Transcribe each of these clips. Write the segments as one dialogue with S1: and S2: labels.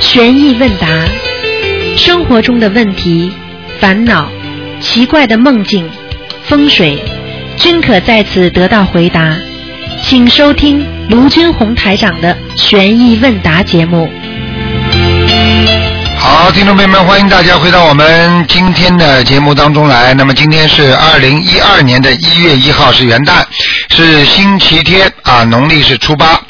S1: 悬疑问答，生活中的问题、烦恼、奇怪的梦境、风水，均可在此得到回答。请收听卢军红台长的悬疑问答节目。
S2: 好，听众朋友们，欢迎大家回到我们今天的节目当中来。那么今天是二零一二年的一月一号，是元旦，是星期天啊，农历是初八。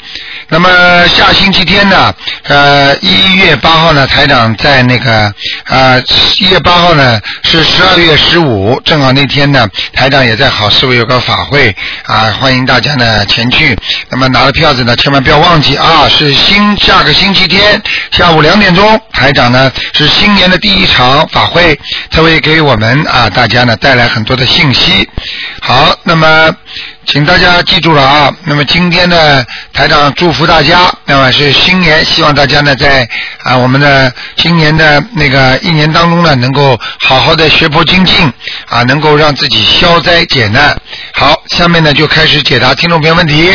S2: 那么下星期天呢，呃，一月八号呢，台长在那个呃一月八号呢是十二月十五，正好那天呢，台长也在好市委有个法会啊，欢迎大家呢前去。那么拿了票子呢，千万不要忘记啊，是星下个星期天下午两点钟，台长呢是新年的第一场法会，他会给我们啊大家呢带来很多的信息。好，那么。请大家记住了啊！那么今天呢，台长祝福大家，那么是新年，希望大家呢在啊我们的今年的那个一年当中呢，能够好好的学佛精进啊，能够让自己消灾解难。好，下面呢就开始解答听众朋友问题。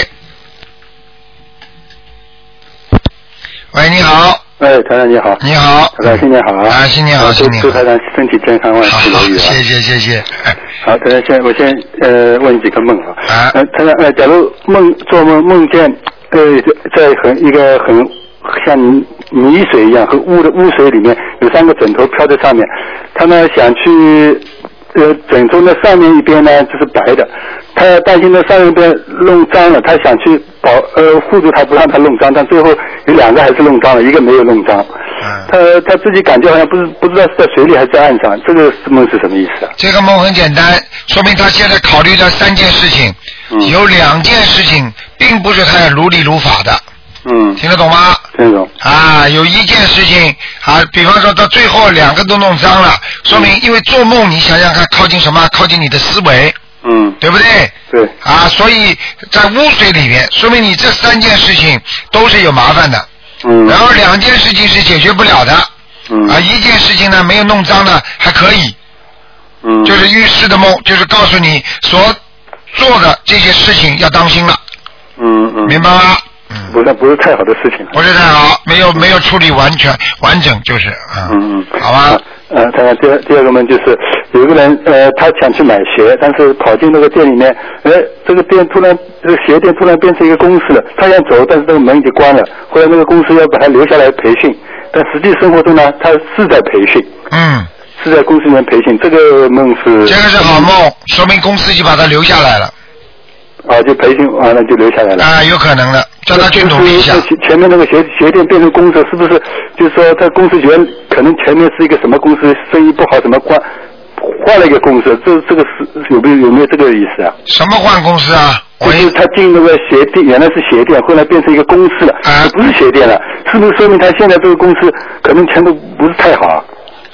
S2: 喂，你好，
S3: 哎，台长你好，
S2: 你好，
S3: 台长新年好
S2: 啊新年好
S3: 啊祝
S2: 新年好
S3: 祝台长身体健康，万
S2: 好
S3: 事
S2: 好，
S3: 如意啊
S2: 谢！谢谢谢，哎
S3: 好，台长先我先呃问几个梦啊，
S2: 啊
S3: 呃，台长呃，假如梦做梦梦见呃在很一个很像泥水一样和污的污水里面有三个枕头飘在上面，他呢想去呃枕头的上面一边呢就是白的，他担心那上面一边弄脏了，他想去保呃护住它不让它弄脏，但最后有两个还是弄脏了，一个没有弄脏。
S2: 嗯。
S3: 他他自己感觉好像不是不知道是在水里还是在岸上，这个梦是什么意思啊？
S2: 这个梦很简单，说明他现在考虑的三件事情，
S3: 嗯
S2: 有两件事情并不是他要如理如法的，
S3: 嗯，
S2: 听得懂吗？
S3: 这种，
S2: 啊，有一件事情啊，比方说到最后两个都弄脏了，说
S3: 嗯
S2: 明因为做梦，你想想看，靠近什么？靠近你的思维，
S3: 嗯，
S2: 对不对？
S3: 对，
S2: 啊，所以在污水里面，说明你这三件事情都是有麻烦的，
S3: 嗯，
S2: 然后两件事情是解决不了的，
S3: 嗯
S2: 啊，一件事情呢没有弄脏呢还可以，
S3: 嗯，
S2: 就是预示的梦，就是告诉你所做的这些事情要当心了，
S3: 嗯嗯，
S2: 明白吗？嗯，
S3: 不是不是太好的事情了，
S2: 不是太好，没有没有处理完全完整，就是啊，
S3: 嗯嗯，
S2: 好吧，
S3: 呃，当然第二第二个梦就是有一个人呃，他想去买鞋，但是跑进那个店里面，哎，这个店突然这个鞋店突然变成一个公司了，他想走，但是这个门已经关了，后来那个公司要把他留下来培训，但实际生活中呢，他是在培训，
S2: 嗯，
S3: 是在公司里面培训，这个梦是
S2: 这个是好梦，说明公司就把他留下来了
S3: 啊，就培训完了就留下来了。
S2: 啊、有可能的，叫他去努力一下
S3: 那。前前面那个鞋鞋店变成公司，是不是就是说他公司原可能前面是一个什么公司，生意不好，什么换换了一个公司，这这个是有没有有没有这个意思啊？
S2: 什么换公司啊？
S3: 就
S2: 我一
S3: 是他进那个鞋店，原来是鞋店，后来变成一个公司了，
S2: 啊
S3: 不是鞋店了，是不是说明他现在这个公司可能前途不是太好啊？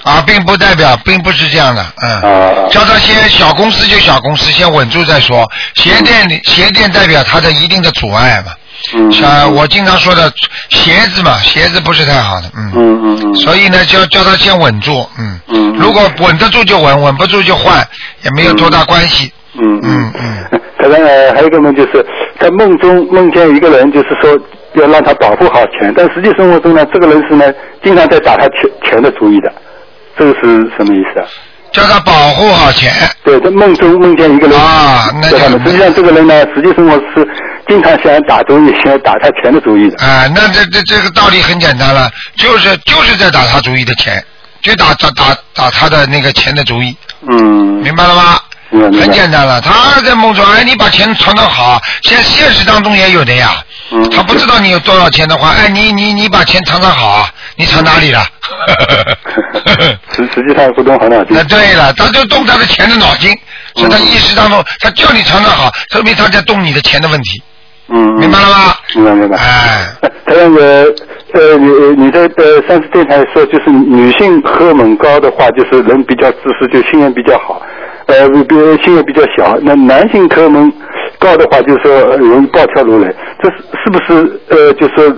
S2: 啊，并不代表，并不是这样的，嗯，
S3: 啊
S2: 叫他先小公司就小公司，先稳住再说。鞋店里，鞋店代表他的一定的阻碍嘛，
S3: 嗯
S2: 像我经常说的鞋子嘛，鞋子不是太好的，嗯，
S3: 嗯嗯嗯，
S2: 所以呢，就叫他先稳住，嗯，
S3: 嗯
S2: 如果稳得住就稳，稳不住就换，也没有多大关系，
S3: 嗯
S2: 嗯嗯，
S3: 可能呃还有一个梦就是在梦中梦见一个人，就是说要让他保护好钱，但实际生活中呢，这个人是呢经常在打他钱钱的主意的，这个是什么意 思啊？
S2: 叫他保护好钱，
S3: 对，在梦中梦见一个人
S2: 啊那就
S3: 对他们实际上这个人呢，实际生活是经常想打主意，想打他钱的主意的。
S2: 啊、那这这这个道理很简单了，就是就是在打他主意的钱，就打打打打他的那个钱的主意，
S3: 嗯，
S2: 明白了吗？
S3: 明白明白
S2: 很简单了，他在梦中，哎，你把钱藏得好，现现实当中也有的呀。
S3: 嗯
S2: 他不知道你有多少钱的话，哎，你你你把钱藏藏好啊，你藏哪里了？
S3: 实实际上不动好脑 筋嗯
S2: 那。啊对了，他就动他的钱的脑筋，所以他意识当中，他叫你藏藏好，说明他在动你的钱的问题，
S3: 嗯，嗯
S2: 明白了吗？
S3: 明白明白。
S2: 哎，
S3: 他那个呃，你你在呃上次电台说，就是女性荷尔蒙高的话，就是人比较自私，就心眼比较好，呃，比心眼比较小。那男性荷尔蒙高的话，就是说呃容易暴跳如雷，这是是不是呃，就是说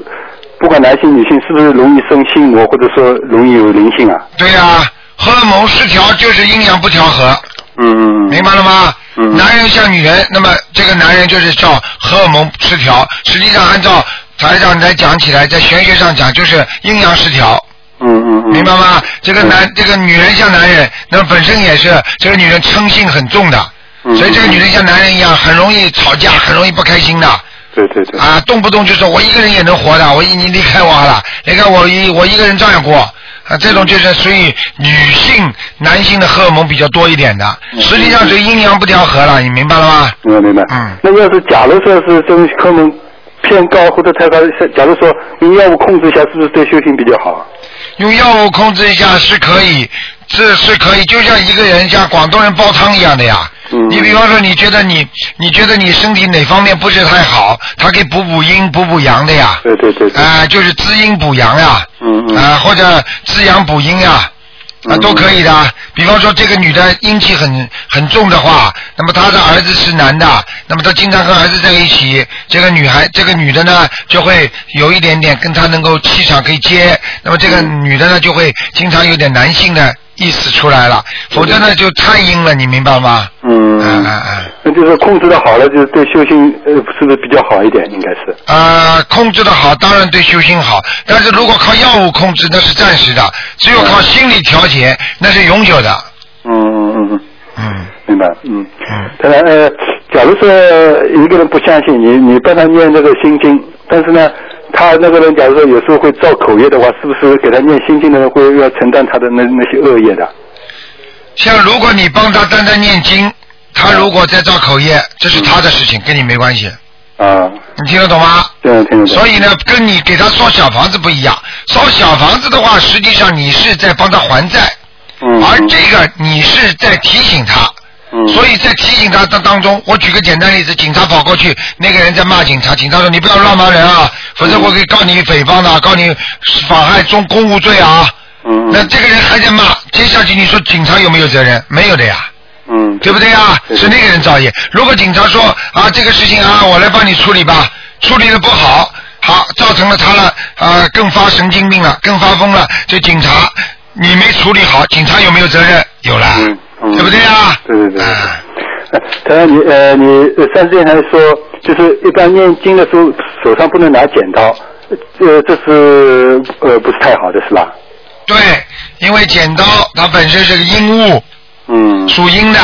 S3: 不管男性女性，是不是容易生心魔，或者说容易有灵性啊？
S2: 对呀、荷尔蒙失调就是阴阳不调和，
S3: 嗯
S2: 明白了吗？
S3: 嗯
S2: 男人像女人，那么这个男人就是叫荷尔蒙失调。实际上，按照台长来讲起来，在玄学上讲就是阴阳失调。
S3: 嗯嗯嗯，
S2: 明白吗？这个男
S3: 嗯，
S2: 这个女人像男人，那本身也是这个女人嗔性很重的，
S3: 嗯
S2: 所以这个女人像男人一样，很容易吵架，很容易不开心的
S3: 对对对，
S2: 啊，动不动就说我一个人也能活的，我一你离开我好了，你看我一我一个人照样过啊，这种就是属于女性男性的荷尔蒙比较多一点的，
S3: 嗯
S2: 实际上是阴阳不调和了，你明白了吗？
S3: 明白明白。
S2: 嗯
S3: 那要是假如说是这种可能偏高或者太高，像假如说用药物控制一下，是不是对修行比较好啊？
S2: 用药物控制一下是可以，这是可以，就像一个人像广东人煲汤一样的呀。
S3: 嗯
S2: 你比方说，你觉得你你觉得你身体哪方面不是太好，他可以补补阴、补补阳的呀。
S3: 对对对对，
S2: 啊、就是滋阴补阳呀，啊、
S3: 嗯嗯
S2: 或者滋阳补阴呀，啊、
S3: 嗯
S2: 都可以的。比方说，这个女的阴气很很重的话，那么她的儿子是男的，那么她经常和儿子在一起，这个女孩，这个女的呢，就会有一点点跟她能够气场可以接，那么这个女的呢，就会经常有点男性的意思出来了，否则呢就太阴了，你明白吗？
S3: 嗯，
S2: 嗯嗯嗯。
S3: 那就是控制的好了，就是对修行呃是不是比较好一点？应该是，
S2: 呃，控制的好，当然对修心好。但是如果靠药物控制，那是暂时的；只有靠心理调节，那是永久的。
S3: 嗯嗯嗯嗯，
S2: 嗯
S3: 明白，嗯。
S2: 嗯，
S3: 当然，呃，假如说一个人不相信你，你帮他念那个心经，但是呢，他那个人假如说有时候会造口业的话，是不是给他念心经的人会要承担他的那那些恶业的？
S2: 像如果你帮他单单念经，他如果在造口业，这是他的事情，跟你没关系。
S3: 啊，
S2: 你听得懂吗？
S3: 这样听得懂。
S2: 所以呢，跟你给他烧小房子不一样。烧小房子的话，实际上你是在帮他还债，
S3: 嗯，
S2: 而这个你是在提醒他。
S3: 嗯，
S2: 所以在提醒他的当中，我举个简单例子，警察跑过去，那个人在骂警察，警察说你不要乱骂人
S3: 嗯
S2: 啊，否则我可以告你诽谤的，告你妨害中公务罪啊。
S3: 嗯，
S2: 那这个人还在骂，接下去你说警察有没有责任？没有的呀。
S3: 嗯，
S2: 对不对啊？
S3: 对
S2: 是那个人造业。如果警察说啊，这个事情啊，我来帮你处理吧，处理的不好，好造成了他了啊、更发神经病了，更发疯了。这警察你没处理好，警察有没有责任？有啦，
S3: 嗯嗯
S2: 对不对啊？
S3: 对对对对
S2: 啊
S3: 呃当然你呃你呃上次还说，就是一般念经的时候手上不能拿剪刀，呃这是呃不是太好的是吧？
S2: 对，因为剪刀它本身是个阴物，
S3: 嗯
S2: 属阴的。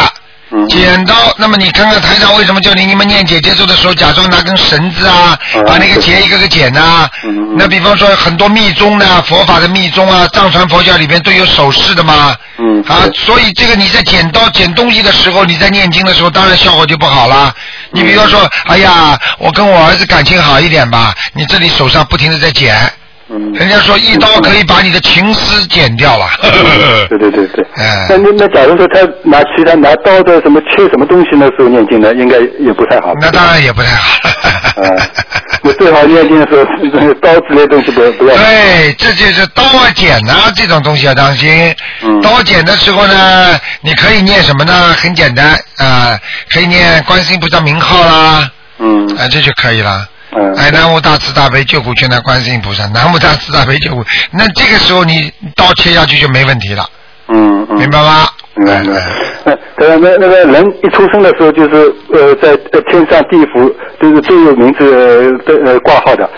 S3: 嗯
S2: 剪刀，那么你看看台上为什么叫你你们念姐姐咒的时候，假装拿根绳子啊，
S3: 嗯
S2: 把那个结一个个剪呐、
S3: 嗯嗯
S2: 那比方说很多密宗的佛法的密宗啊，藏传佛教里边都有手势的嘛。
S3: 嗯
S2: 啊
S3: 对，
S2: 所以这个你在剪刀剪东西的时候，你在念经的时候，当然效果就不好啦。你
S3: 嗯
S2: 比方说，哎呀，我跟我儿子感情好一点吧，你这里手上不停的在剪，
S3: 嗯，
S2: 人家说一刀可以把你的情丝剪掉了。
S3: 嗯对对对对。
S2: 哎
S3: 那那那，假如说他拿其他拿刀的什么切什么东西那时候念经呢，应该也不太好。
S2: 那当然也不太好。
S3: 呃，我最好念经的时候， 刀之类的东西不要不要。
S2: 对，哎这就是刀啊、剪啊这种东西要当心。
S3: 嗯
S2: 刀剪的时候呢，你可以念什么呢？很简单啊、可以念观世音菩萨名号啦，
S3: 嗯
S2: 啊、这就可以了。
S3: 嗯。
S2: 哎，南无大慈大悲救苦救难观世音菩萨，南无大慈大悲救苦。那这个时候你刀切下去就没问题了，
S3: 嗯嗯。
S2: 明白吗？
S3: 明白明白
S2: 哎。
S3: 那当然，那那个人一出生的时候，就是呃，在呃天上地府，就是都有名字呃的呃挂号的。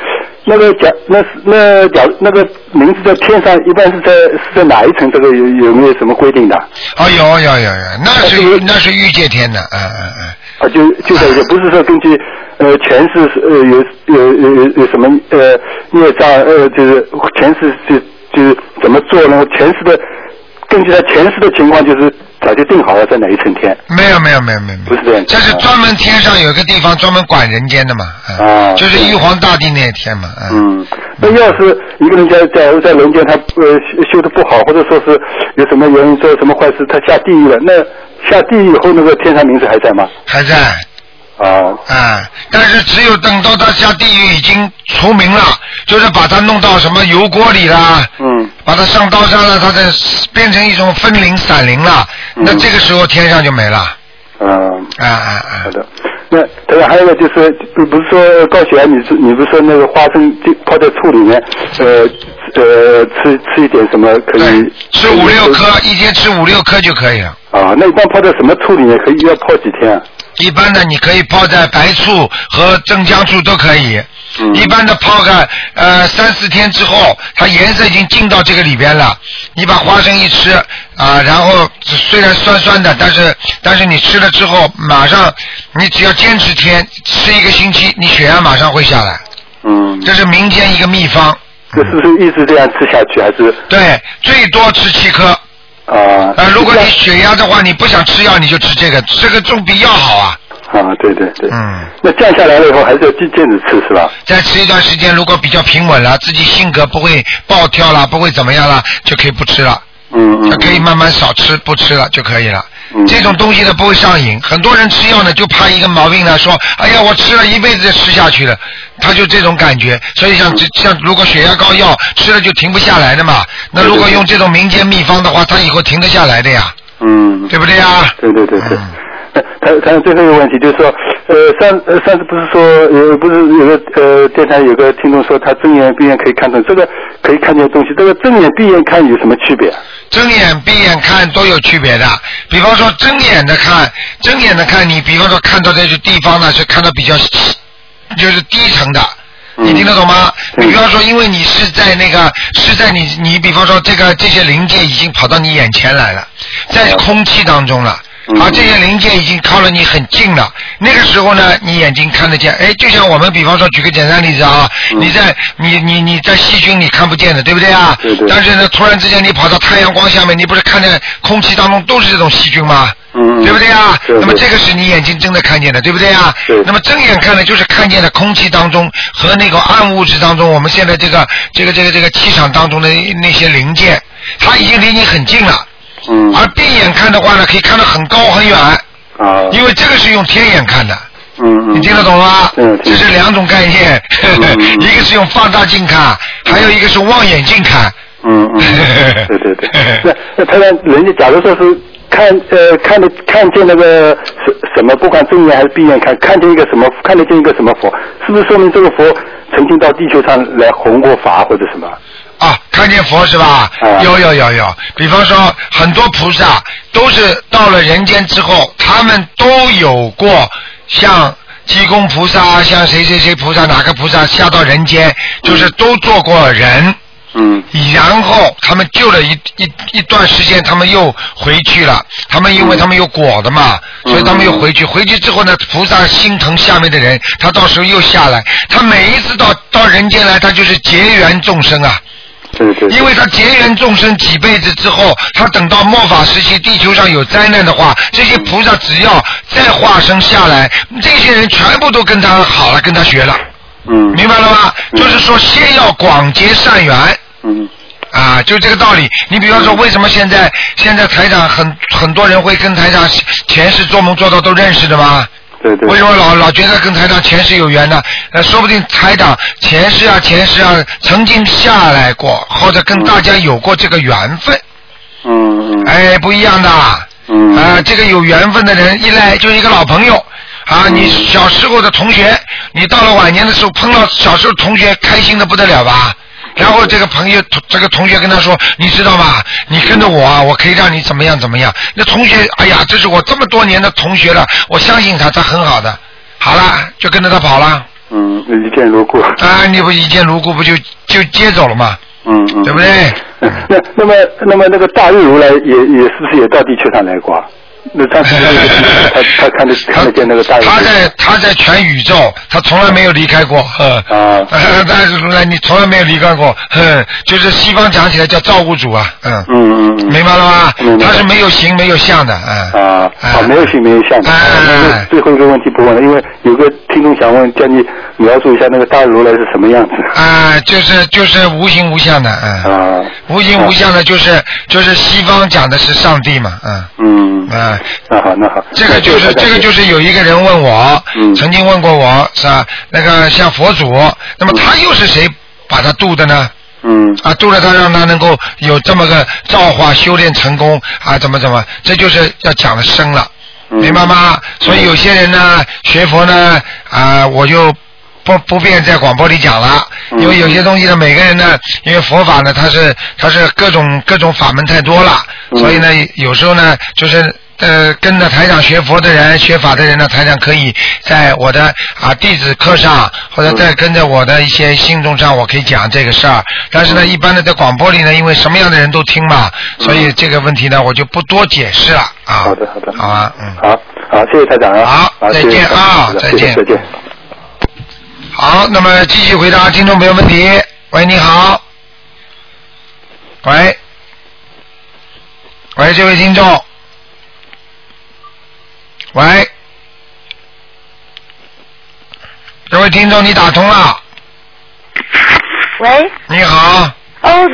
S3: 那个假那是那假那个名字在天上一般是在是在哪一层？这个有有没有什么规定的？啊，
S2: 哦，有有有有，那是
S3: 那是
S2: 那是御界天的，嗯嗯嗯。
S3: 就就在一个，不是说根据呃前世是呃有有有有有什么呃孽障呃就是前世就就是怎么做，然后前世的根据他前世的情况，就是早就定好了在哪一层天。
S2: 嗯没有没有没有没有，没有
S3: 不是这样
S2: 这是专门天上有一个地方专门管人间的嘛，嗯
S3: 啊
S2: 就是玉皇大帝那一天嘛，嗯，
S3: 嗯，那要是一个人家假如在人间他呃修修的不好，或者说是有什么原因做什么坏事，他下地狱了，那下地狱以后那个天上名字还在吗？
S2: 还在，
S3: 啊，
S2: 啊、但是只有等到他下地狱已经除名了，就是把他弄到什么油锅里啦，
S3: 嗯，
S2: 把他上刀山了，他的变成一种分灵散灵了，
S3: 嗯
S2: 那这个时候天上就没了，
S3: 嗯，
S2: 啊啊啊
S3: 好！的。那当然还有一个就是，不不是说高血压，你是你不是说那个花生就泡在醋里面，呃呃吃吃一点什么可以
S2: 对？，吃五六颗，一天吃五六颗就可以了。
S3: 啊，那一般泡在什么醋里面可以要泡几天啊？
S2: 一般的你可以泡在白醋和镇江醋都可以。
S3: 嗯
S2: 一般的泡个呃三四天之后，它颜色已经进到这个里边了。你把花生一吃啊、然后虽然酸酸的，但是但是你吃了之后，马上你只要坚持天吃一个星期，你血压马上会下来。
S3: 嗯，
S2: 这是民间一个秘方。
S3: 这是不是一直这样吃下去，还是
S2: 对，最多吃七颗。
S3: 啊？
S2: 呃，如果你血压的话，你不想吃药，你就吃这个，这个总比药好啊。
S3: 啊，对对对，
S2: 嗯，
S3: 那降下来了以后，还是要接接着吃是吧？
S2: 再吃一段时间，如果比较平稳了，自己性格不会暴跳了，不会怎么样了，就可以不吃了，
S3: 嗯嗯，
S2: 就可以
S3: 嗯
S2: 慢慢少吃，不吃了就可以了。
S3: 嗯
S2: 这种东西呢不会上瘾，很多人吃药呢就怕一个毛病呢，说哎呀我吃了一辈子吃下去了，他就这种感觉，所以像
S3: 嗯
S2: 这像如果血压高药吃了就停不下来的嘛，那如果用这种民间秘方的话，他以后停得下来的呀，
S3: 嗯，
S2: 对不对呀？
S3: 对对对对
S2: 嗯。
S3: 那他他最后一个问题就是说，呃，上呃上次不是说呃不是有个呃电台有个听众说他睁眼闭眼可以看懂这个可以看见东西，这个睁眼闭眼看有什么区别啊？
S2: 睁眼闭眼看都有区别的，比方说睁眼的看，睁眼的看你，比方说看到这些地方呢是看到比较就是低层的，
S3: 嗯
S2: 你听得懂吗？
S3: 嗯
S2: 比方说，因为你是在那个是在你你比方说这个这些临界已经跑到你眼前来了，在空气当中了。
S3: 嗯
S2: 而这些零件已经靠了你很近了，那个时候呢，你眼睛看得见。哎，就像我们比方说，举个简单例子啊，
S3: 嗯
S2: 你在你你你在细菌你看不见的，对不对啊？
S3: 对对
S2: 但是呢，突然之间你跑到太阳光下面，你不是看见空气当中都是这种细菌吗？
S3: 嗯，嗯
S2: 对不对啊？
S3: 对对
S2: 那么这个是你眼睛真的看见的，对不对啊？
S3: 对
S2: 那么睁眼看呢，就是看见了空气当中和那个暗物质当中，我们现在这个这个这个这个气场当中的那些零件，它已经离你很近了。
S3: 嗯
S2: 而闭眼看的话呢，可以看得很高很远，
S3: 啊，
S2: 因为这个是用天眼看的。
S3: 嗯嗯，
S2: 你听得懂吗？
S3: 嗯听
S2: 这是两种概念，
S3: 嗯
S2: 一个是用放大镜看，还有一个是望远镜看。
S3: 嗯嗯，对对对。那那他然人家假如说是看呃看得看见那个什什么，不管正眼还是闭眼看，看见一个什么，看得见一个什么佛，是不是说明这个佛曾经到地球上来弘过法或者什么？
S2: 啊，看见佛是吧？
S3: 嗯
S2: 有有有有，比方说很多菩萨都是到了人间之后，他们都有过像济公菩萨、啊像谁谁谁菩萨、哪个菩萨下到人间，就是都做过人，
S3: 嗯
S2: 然后他们救了一一一段时间，他们又回去了。他们因为他们有果的嘛，
S3: 嗯
S2: 所以他们又回去。回去之后呢，菩萨心疼下面的人，他到时候又下来。他每一次到到人间来，他就是结缘众生啊。
S3: 对对对
S2: 因为他结缘众生几辈子之后，他等到末法时期，地球上有灾难的话，这些菩萨只要再化身下来，这些人全部都跟他好了，跟他学了，
S3: 嗯
S2: 明白了吗？
S3: 嗯
S2: 就是说，先要广结善缘。
S3: 嗯
S2: 啊，就这个道理。你比方说，为什么现在现在台长很很多人会跟台长前世做梦做到都认识的吗？
S3: 对对
S2: 为什么老老觉得跟台长前世有缘呢？呃，说不定台长前世啊前世啊曾经下来过，或者
S3: 嗯
S2: 跟大家有过这个缘分，
S3: 嗯嗯
S2: 哎，不一样的。
S3: 嗯
S2: 啊，这个有缘分的人一来就是一个老朋友。啊，
S3: 嗯
S2: 你小时候的同学，你到了晚年的时候碰到小时候同学，开心的不得了吧？然后这个朋友，这个同学跟他说，你知道吗？你跟着我啊，我可以让你怎么样怎么样。那同学，哎呀，这是我这么多年的同学了，我相信他，他很好的。好了，就跟着他跑了。
S3: 嗯，一见如故。
S2: 啊，你不一见如故，不就就接走了吗？
S3: 嗯嗯，
S2: 对不？对？
S3: 那那么那么那个大日如来也也是不是也到地球上来过啊？那当时那个 他他看得看得见那个大日如
S2: 他
S3: 来。
S2: 在他在全宇宙，他从来没有离开过。呃
S3: 啊
S2: 但是如来你从来没有离开过，哼，就是西方讲起来叫造物主啊，嗯，
S3: 嗯嗯嗯。
S2: 明白了吗
S3: 明？白
S2: 他是没有形没有相的，嗯。
S3: 啊，
S2: 哎
S3: 好，没有性没有相的。啊
S2: 哎哎哎
S3: 那最后一个问题不问了，因为有个听众想问，叫你描述一下那个大如来是什么样子。
S2: 啊，就是就是无形无相的，嗯，
S3: 啊，
S2: 无形无相的，就是就是西方讲的是上帝嘛，嗯，
S3: 嗯，
S2: 啊，
S3: 那好那好，
S2: 这个就是这个就是是有一个人问我，
S3: 嗯
S2: 曾经问过我是吧？那个像佛祖，那么他又是谁把他渡的呢？
S3: 嗯
S2: 啊，度了他，让他能够有这么个造化修炼成功啊，怎么怎么，这就是要讲的深了，
S3: 嗯
S2: 明白吗？所以有些人呢，学佛呢，啊，我就不不便在广播里讲了，
S3: 嗯
S2: 因为有些东西呢，每个人呢，因为佛法呢，它是它是各种各种法门太多了，
S3: 嗯
S2: 所以呢，有时候呢，就是呃跟着台长学佛的人、学法的人呢，台长可以在我的啊弟子课上，或者
S3: 嗯
S2: 在跟着我的一些信众上，我可以讲这个事儿。但
S3: 嗯
S2: 是呢，一般的在广播里呢，因为什么样的人都听嘛，所
S3: 嗯
S2: 以这个问题呢，我就不多解释了啊。
S3: 好的，好的，
S2: 好啊，嗯。
S3: 好，好，谢谢台长啊。
S2: 好再
S3: 谢谢
S2: 见
S3: 台长
S2: 啊
S3: 谢谢
S2: 再见
S3: 再见。
S2: 好，那么继续回答听众朋友问题。喂，你好。喂，喂，这位听众。喂，这位听众，你打通了。
S4: 喂，
S2: 你好，
S4: 哦，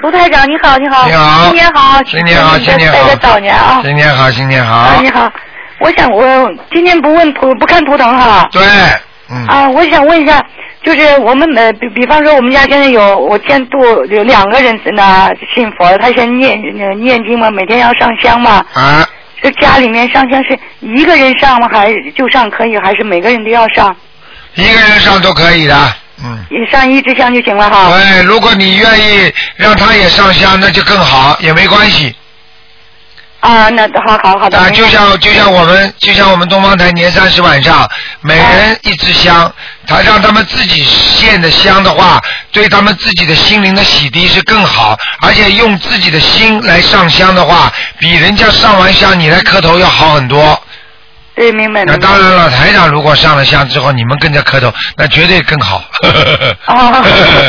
S4: 卢台长，你好，你好，
S2: 你好
S4: 哦新年好，
S2: 新年好，
S4: 祝
S2: 新
S4: 您
S2: 年
S4: 拜
S2: 好
S4: 个，早年啊，
S2: 新年好，新年
S4: 啊，
S2: 好
S4: 你。好，我想我今天不问图不看图腾哈，
S2: 对，嗯，
S4: 啊，我想问一下，就是我们呃，比比方说我们家现在有我见度有两个人呢信佛，他先念呃念经嘛，每天要上香嘛，
S2: 啊，
S4: 这家里面上香是一个人上吗？还是就上可以，还是每个人都要上？
S2: 一个人上都可以的，嗯。
S4: 也上一支香就行了哈。
S2: 对，如果你愿意让他也上香，那就更好，也没关系。
S4: 啊，那好好好的。
S2: 啊，就像就像我们就像我们东方台年三十晚上，每
S4: 哎
S2: 人一支香，他让他们自己献的香的话，对他们自己的心灵的洗涤是更好，而且用自己的心来上香的话，比人家上完香你来磕头要好很多。
S4: 对，明白
S2: 那
S4: 明白。
S2: 当然了，台长如果上了香之后，你们跟着磕头，那绝对更好。
S4: 哦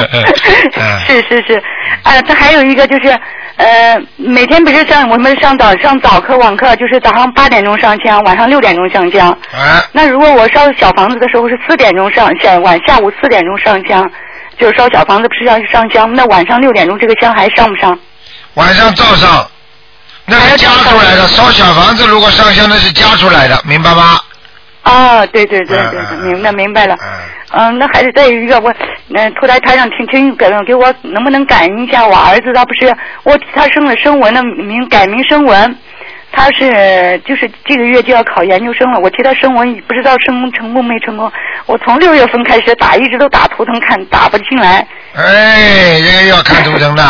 S2: 嗯，
S4: 是是是，啊，他还有一个就是，呃，每天不是上我们上早上早课晚课，就是早上八点钟上香，晚上六点钟上香。
S2: 啊，
S4: 那如果我烧小房子的时候是四点钟上下，晚下午四点钟上香，就是烧小房子不是要上香？那晚上六点钟这个香还上不上？
S2: 晚上照上，那是加出来的。烧小房子如果上香，那是加出来的，明白吗？
S4: 啊，对对对对，
S2: 嗯嗯嗯
S4: 明白明白了。
S2: 嗯
S4: 嗯，那还是再有一个我，嗯，后来台长听听给给我能不能感应一下我儿子他不是我他生了声纹的名改名声纹，他是就是这个月就要考研究生了，我替他声纹不知道升成功没成功，我从六月份开始打一直都打图腾看打不进来，
S2: 哎，这个要看图腾 的，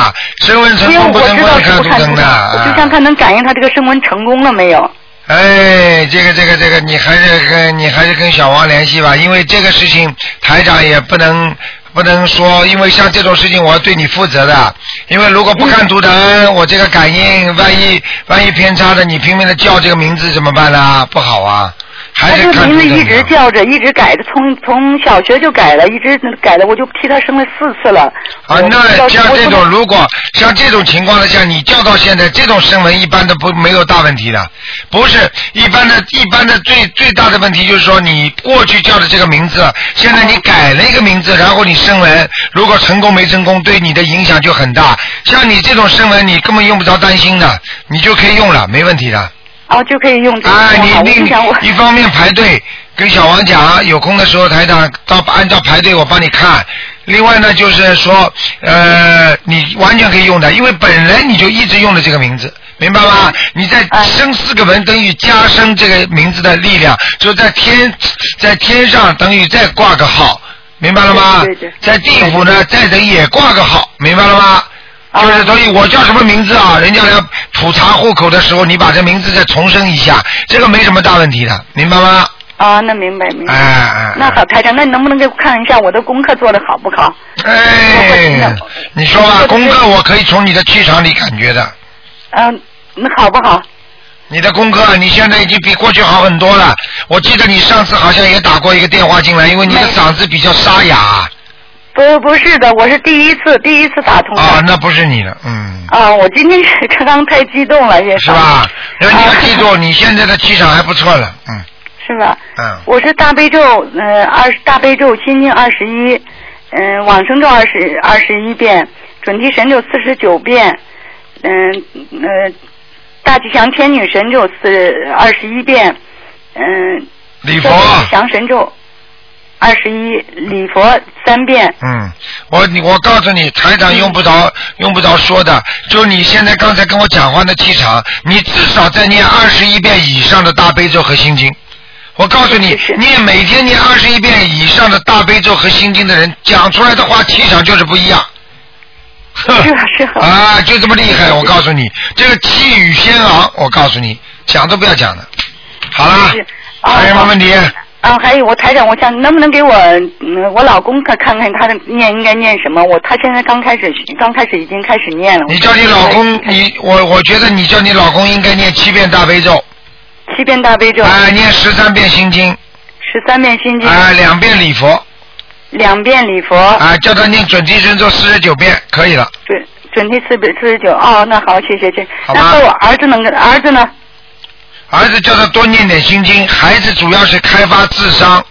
S2: 身份
S4: 因
S2: 成
S4: 为
S2: 功
S4: 我
S2: 不成功得看
S4: 知道是不
S2: 图
S4: 看
S2: 腾
S4: 图
S2: 的。
S4: 腾，我就
S2: 啊
S4: 想看能感应他这个声纹成功了没有？
S2: 哎，这个这个这个，你还是跟你还是跟小王联系吧，因为这个事情台长也不能不能说，因为像这种事情我要对你负责的，因为如果不看图腾，
S4: 嗯
S2: 我这个感应万一万一偏差的，你拼命的叫这个名字怎么办呢、不好啊，还
S4: 他
S2: 是
S4: 这个
S2: 看
S4: 名
S2: 图
S4: 字
S2: 腾
S4: 一直
S2: 吧。
S4: 叫着，一直改的，从从小学就改了，一直改了，我就替他生了四次了。
S2: 啊，
S4: 我不知
S2: 那
S4: 道
S2: 像
S4: 我
S2: 这
S4: 不
S2: 种，
S4: 能
S2: 如果像这种情况的下，你叫到现在，这种声纹一般的不没有大问题的，不是一般的，一般的最最大的问题就是说，你过去叫的这个名字，现在你
S4: 嗯
S2: 改了一个名字，然后你声纹，如果成功没成功，对你的影响就很大。像你这种声纹，你根本用不着担心的，你就可以用了，没问题的。
S4: 啊，就可以用这个
S2: 啊，
S4: 方法。
S2: 你
S4: 我就想我
S2: 你一方面排 队，跟小王讲，有空的时候台长到按照排队我帮你看。另外呢，就是说，呃，你完全可以用的，因为本来你就一直用的这个名字，明白吗？你在
S4: 哎
S2: 生四个文，等于加深这个名字的力量，就在天，在天上等于再挂个号，明白了吗
S4: 对对对？
S2: 在地府呢，再等于也挂个号，明白了吗？就是所以，我叫什么名字啊？人家来普查户口的时候，你把这名字再重申一下，这个没什么大问题的，明白吗？
S4: 啊，那明白明
S2: 哎
S4: 白。
S2: 哎，
S4: 那好，台长，那你能不能给我看一下我的功课做的好不好？
S2: 哎，你说吧，
S4: 我
S2: 功课我可以从你的气场里感觉的，
S4: 嗯、那好不好？
S2: 你的功课你现在已经比过去好很多了。我记得你上次好像也打过一个电话进来，因为你的
S4: 没
S2: 嗓子比较沙哑啊，
S4: 不，不是的，我是第一次，第一次打通的。
S2: 啊那不是你了，嗯，
S4: 啊我今天是 刚刚太激动了，也
S2: 是吧？然后你要
S4: 啊
S2: 记住，你现在的气场还不错了，嗯
S4: 是吧？
S2: 嗯。
S4: 我是大悲咒，呃，二十大悲咒心经二十一，嗯，往生咒二十二十一遍，准提神咒四十九遍，嗯呃，大吉祥天女神咒四二十一遍，嗯，
S2: 礼
S4: 消
S2: 佛。
S4: 灾吉祥神咒二十一，礼佛三遍，嗯
S2: 嗯，我你我告诉你，台长用不着用不着说的，就你现在刚才跟我讲话的气场，你至少在念二十一遍以上的大悲咒和心经。我告诉你
S4: 是是，
S2: 念每天念二十一遍以上的大悲咒和心经的人，讲出来的话气场就是不一样。
S4: 是啊是啊
S2: 啊，就这么厉害，我告诉你，这个气宇轩昂，我告诉你，讲都不要讲了。好啦
S4: 是，啊
S2: 还有什么问题？
S4: 啊，还有我台长，我想能不能给我、嗯、我老公看看看他的念应该念什么？我他现在刚开始刚开始已经开始念了。
S2: 你叫你老 公，
S4: 哎
S2: 你我我觉得你叫你老公应该念七遍大悲咒，
S4: 七遍大悲咒，
S2: 啊，念十三遍心经，
S4: 十三遍心经，
S2: 啊，两遍礼佛，
S4: 两遍礼佛，
S2: 啊，叫他念准提神咒四十九遍，可以了。
S4: 准准提四四十九。哦，那好，谢谢谢。
S2: 好吧
S4: 那和我儿子能跟儿子呢？
S2: 儿子叫他多念点心经，孩子主要是开发智商，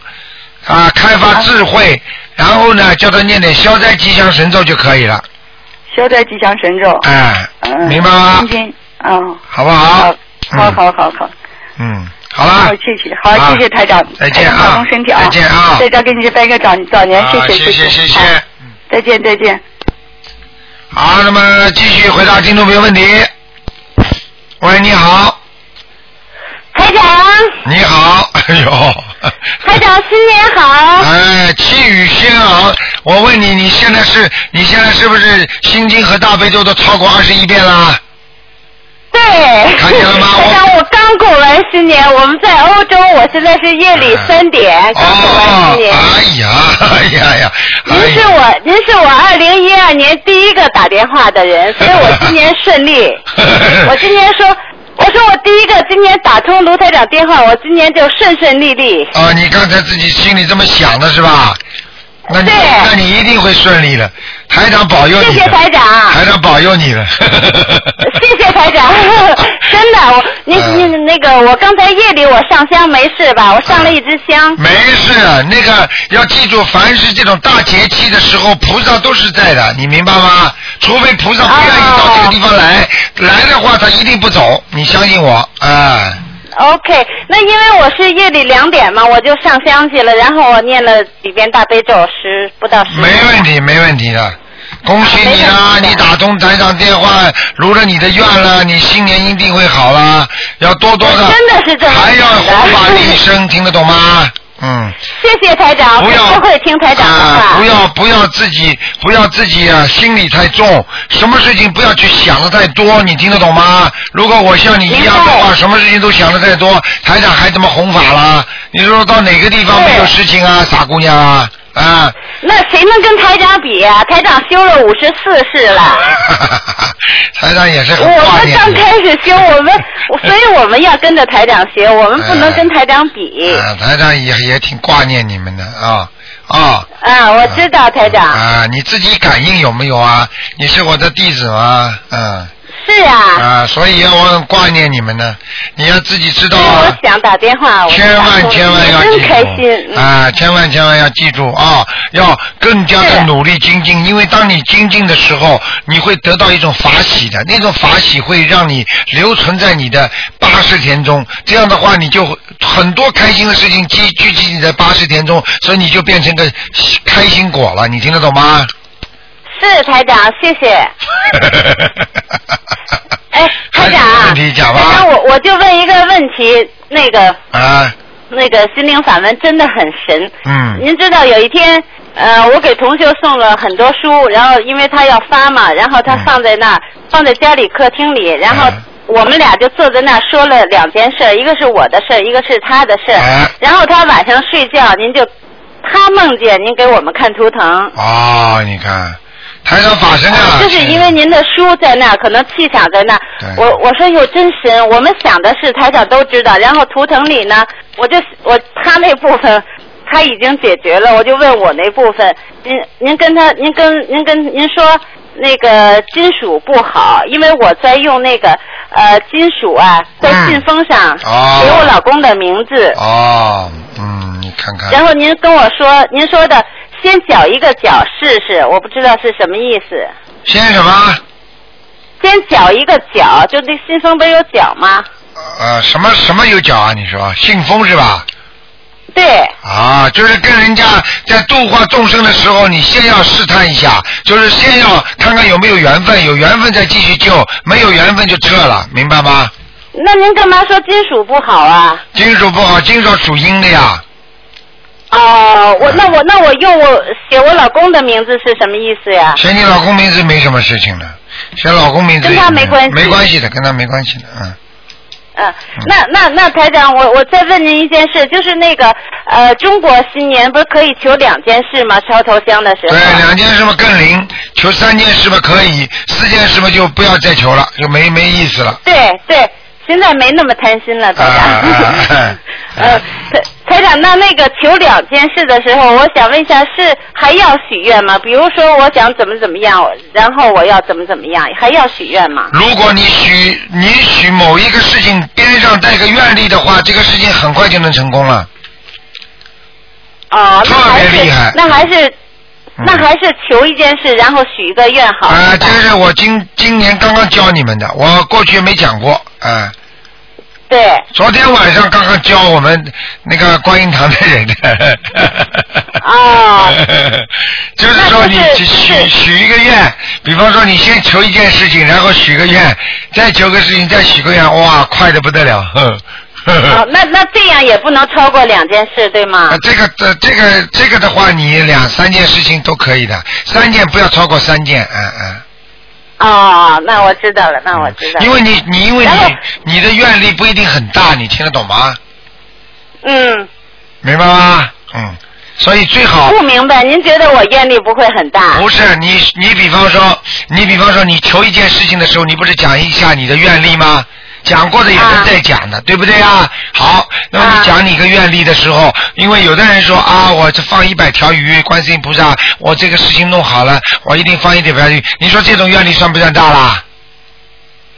S2: 啊，开发智慧，然后呢，叫他念点消灾吉祥神咒就可以了，
S4: 消灾吉祥神咒。
S2: 哎，
S4: 嗯，
S2: 明白吗
S4: 心？经，嗯，
S2: 好不好？
S4: 好
S2: 嗯
S4: 好好好。
S2: 嗯，好啦
S4: 好，，谢谢，好，谢谢台长，
S2: 再见
S4: 台长
S2: 啊
S4: 保重身体啊，
S2: 再见啊
S4: 在这儿给你拜个早早年，
S2: 啊
S4: 谢
S2: 谢
S4: 谢
S2: 谢
S4: 好
S2: 谢。
S4: 再见再见。
S2: 好，那么呃继续回答听众朋友问题。喂，你好，
S5: 台长，
S2: 你好，哎呦，
S5: 台长新年好。
S2: 哎，气宇轩昂。我问你，你现在是你现在是不是心经和大悲咒都超过二十一遍啦？
S5: 对，
S2: 看见了吗我
S5: 台哎长，我刚过完新年，我们在欧洲，我现在是夜里三点刚过完
S2: 哦
S5: 新，年。
S2: 哎呀，哎呀呀，
S5: 您
S2: 哎
S5: 是
S2: 呀，
S5: 我，您是我二零一二年第一个打电话 的人，所以我今年顺利。我今年说，我说我第一个今年打通卢台长电话，我今年就顺顺利利。
S2: 哦，你刚才自己心里这么想的是吧？那你
S5: 对
S2: 那你一定会顺利的，台长保佑你的。
S5: 谢谢台长
S2: 台长保佑你了。，
S5: 谢谢台长 真的，我你
S2: 嗯
S5: 你那个，我刚才夜里我上香没事吧？我上了一支香。
S2: 没事，啊那个要记住，凡是这种大节气的时候，菩萨都是在的，你明白吗？除非菩萨不愿意到这个地方来，来的话他一定不走，你相信我，哎、
S5: OK，那因为我是夜里两点嘛，我就上香去了，然后我念了里边大悲咒十不到十。
S2: 没问。题，没问题的。恭喜你啦！
S5: 啊没问题的
S2: 你打通台长电话，如了你的愿了，你新年一定会好啦。要多多的，
S5: 真的是这么
S2: 还要
S5: 想的
S2: 弘法利生，听得懂吗？嗯。
S5: 谢谢台长，
S2: 不要
S5: 我都会听台长的话。
S2: 啊不要不要自己不要自己啊，心理太重，什么事情不要去想的太多，你听得懂吗？如果我像你一样的
S5: 明
S2: 话，
S5: 白
S2: 什么事情都想的太多，台长还怎么弘法啦？你说到哪个地方没有
S5: 对
S2: 事情啊，傻姑娘啊啊！
S5: 那谁能跟台长比啊？台长修了五十四世了。
S2: 台长也是很
S5: 我
S2: 挂
S5: 们
S2: 念
S5: 刚
S2: 你
S5: 开始修，我 们，我所以我们要跟着台长学，我们不能跟台长 比。
S2: 啊，台长也也挺挂念你们的啊啊！
S5: 啊，我知道台长，
S2: 啊，你自己感应有没有啊？你是我的弟子吗？嗯。
S5: 是啊，
S2: 啊，所以我很挂念你们呢，你要自己知道
S5: 所以
S2: 啊
S5: 我，想打电啊话，我就
S2: 千
S5: 打通
S2: 万
S5: 了
S2: 千万要
S5: 真
S2: 记
S5: 开心
S2: 住，
S5: 嗯
S2: 啊，千万千万要记住啊，要更加的
S5: 是
S2: 努力精进，因为当你精进的时候，你会得到一种法喜的，那种法喜会让你留存在你的八十天中，这样的话你就很多开心的事情积聚集你在八十天中，所以你就变成个开心果了，你听得懂吗？
S5: 是台长，谢谢。 哎，台长
S2: 还有
S5: 啊，
S2: 问题讲吧
S5: 台长，我我就问一个问题，那个
S2: 啊，
S5: 那个心灵法门真的很神。
S2: 嗯。
S5: 您知道有一天，呃，我给同学送了很多书，然后因为他要发嘛，然后他
S2: 嗯
S5: 放在那儿，放在家里客厅里，然后
S2: 嗯
S5: 我们俩就坐在那儿说了两件事儿，一个是我的事儿，一个是他的事儿。
S2: 嗯
S5: 然后他晚上睡觉，您就他梦见您给我们看图腾。
S2: 哦，你看，台上法身啊，
S5: 哦就是因为您的书在那儿，可能气场在那儿
S2: 对。
S5: 我我说哟，真神！我们想的是台长都知道，然后图腾里呢，我就我他那部分 他已经解决了，我就问我那部分，您您跟他您跟您跟您说那个金属不好，因为我在用那个呃金属啊，在
S2: 嗯
S5: 信封上、
S2: 哦
S5: 给我老公的名字。
S2: 哦，嗯，你看看，
S5: 然后您跟我说，您说的先搅一个搅试试，我不知道是什么意思。
S2: 先什么？
S5: 先搅一个搅，就那信封不是有搅吗？
S2: 呃，什么什么有脚啊？你说信封是吧？
S5: 对，
S2: 啊，就是跟人家在度化众生的时候，你先要试探一下，就是先要看看有没有缘分，有缘分再继续救，没有缘分就撤了，明白吗？
S5: 那您干嘛说金属不好啊？
S2: 金属不好，金属属阴的呀。
S5: 哦，哦，我那我那我用我写我老公的名字是什么意思呀？
S2: 写你老公名字没什么事情的，写老公名字
S5: 跟他没关系
S2: 没关系的，跟他没关系的，嗯。
S5: 嗯，那那那台长，我我再问您一件事，就是那个呃，中国新年不是可以求两件事吗？烧头香的时候。
S2: 对，两件事嘛更灵，求三件事嘛可以，四件事嘛就不要再求了，就没没意思了。
S5: 对对，现在没那么贪心了，台长。
S2: 啊啊啊
S5: 呃，
S2: 嗯
S5: 台台长，那那个求两件事的时候，我想问一下，是还要许愿吗？比如说，我想怎么怎么样，然后我要怎么怎么样，还要许愿吗？
S2: 如果你许你许某一个事情边上带个愿力的话，这个事情很快就能成功了。
S5: 哦，那
S2: 特
S5: 还
S2: 别
S5: 是
S2: 厉害
S5: 那还是
S2: 嗯
S5: 那还是求一件事，然后许一个愿好。
S2: 啊，
S5: 是
S2: 这
S5: 吧
S2: 个是我今今年刚刚教你们的，我过去没讲过。啊，
S5: 对。
S2: 昨天晚上刚刚教我们那个观音堂的人 的。
S5: 哦。
S2: 就是说你
S5: 那
S2: 许
S5: 就是就
S2: 许
S5: 是
S2: 许一个愿，比方说你先求一件事情，然后许个愿，再求个事情，再许个愿，哇，快的不得了。 呵呵呵
S5: 哦，那那这样也不能超过两件事，对吗
S2: 啊，？这个这这个这个的话，你两三件事情都可以的，三件不要超过三件，嗯嗯。
S5: 哦，那我知道了，那我知道了。
S2: 因为你你因为
S5: 然后
S2: 你你的愿力不一定很大，你听得懂吗？
S5: 嗯，
S2: 明白吗？嗯，所以最好
S5: 不明白，您觉得我愿力不会很大？
S2: 不是你你比方说你比方说你求一件事情的时候，你不是讲一下你的愿力吗？讲过的有人
S5: 啊
S2: 在讲的，对不对啊？好，那么
S5: 啊
S2: 你讲你一个愿力的时候，因为有的人说啊，我这放一百条鱼，观世音菩萨，我这个事情弄好了，我一定放一百条鱼。你说这种愿力算不算大啦？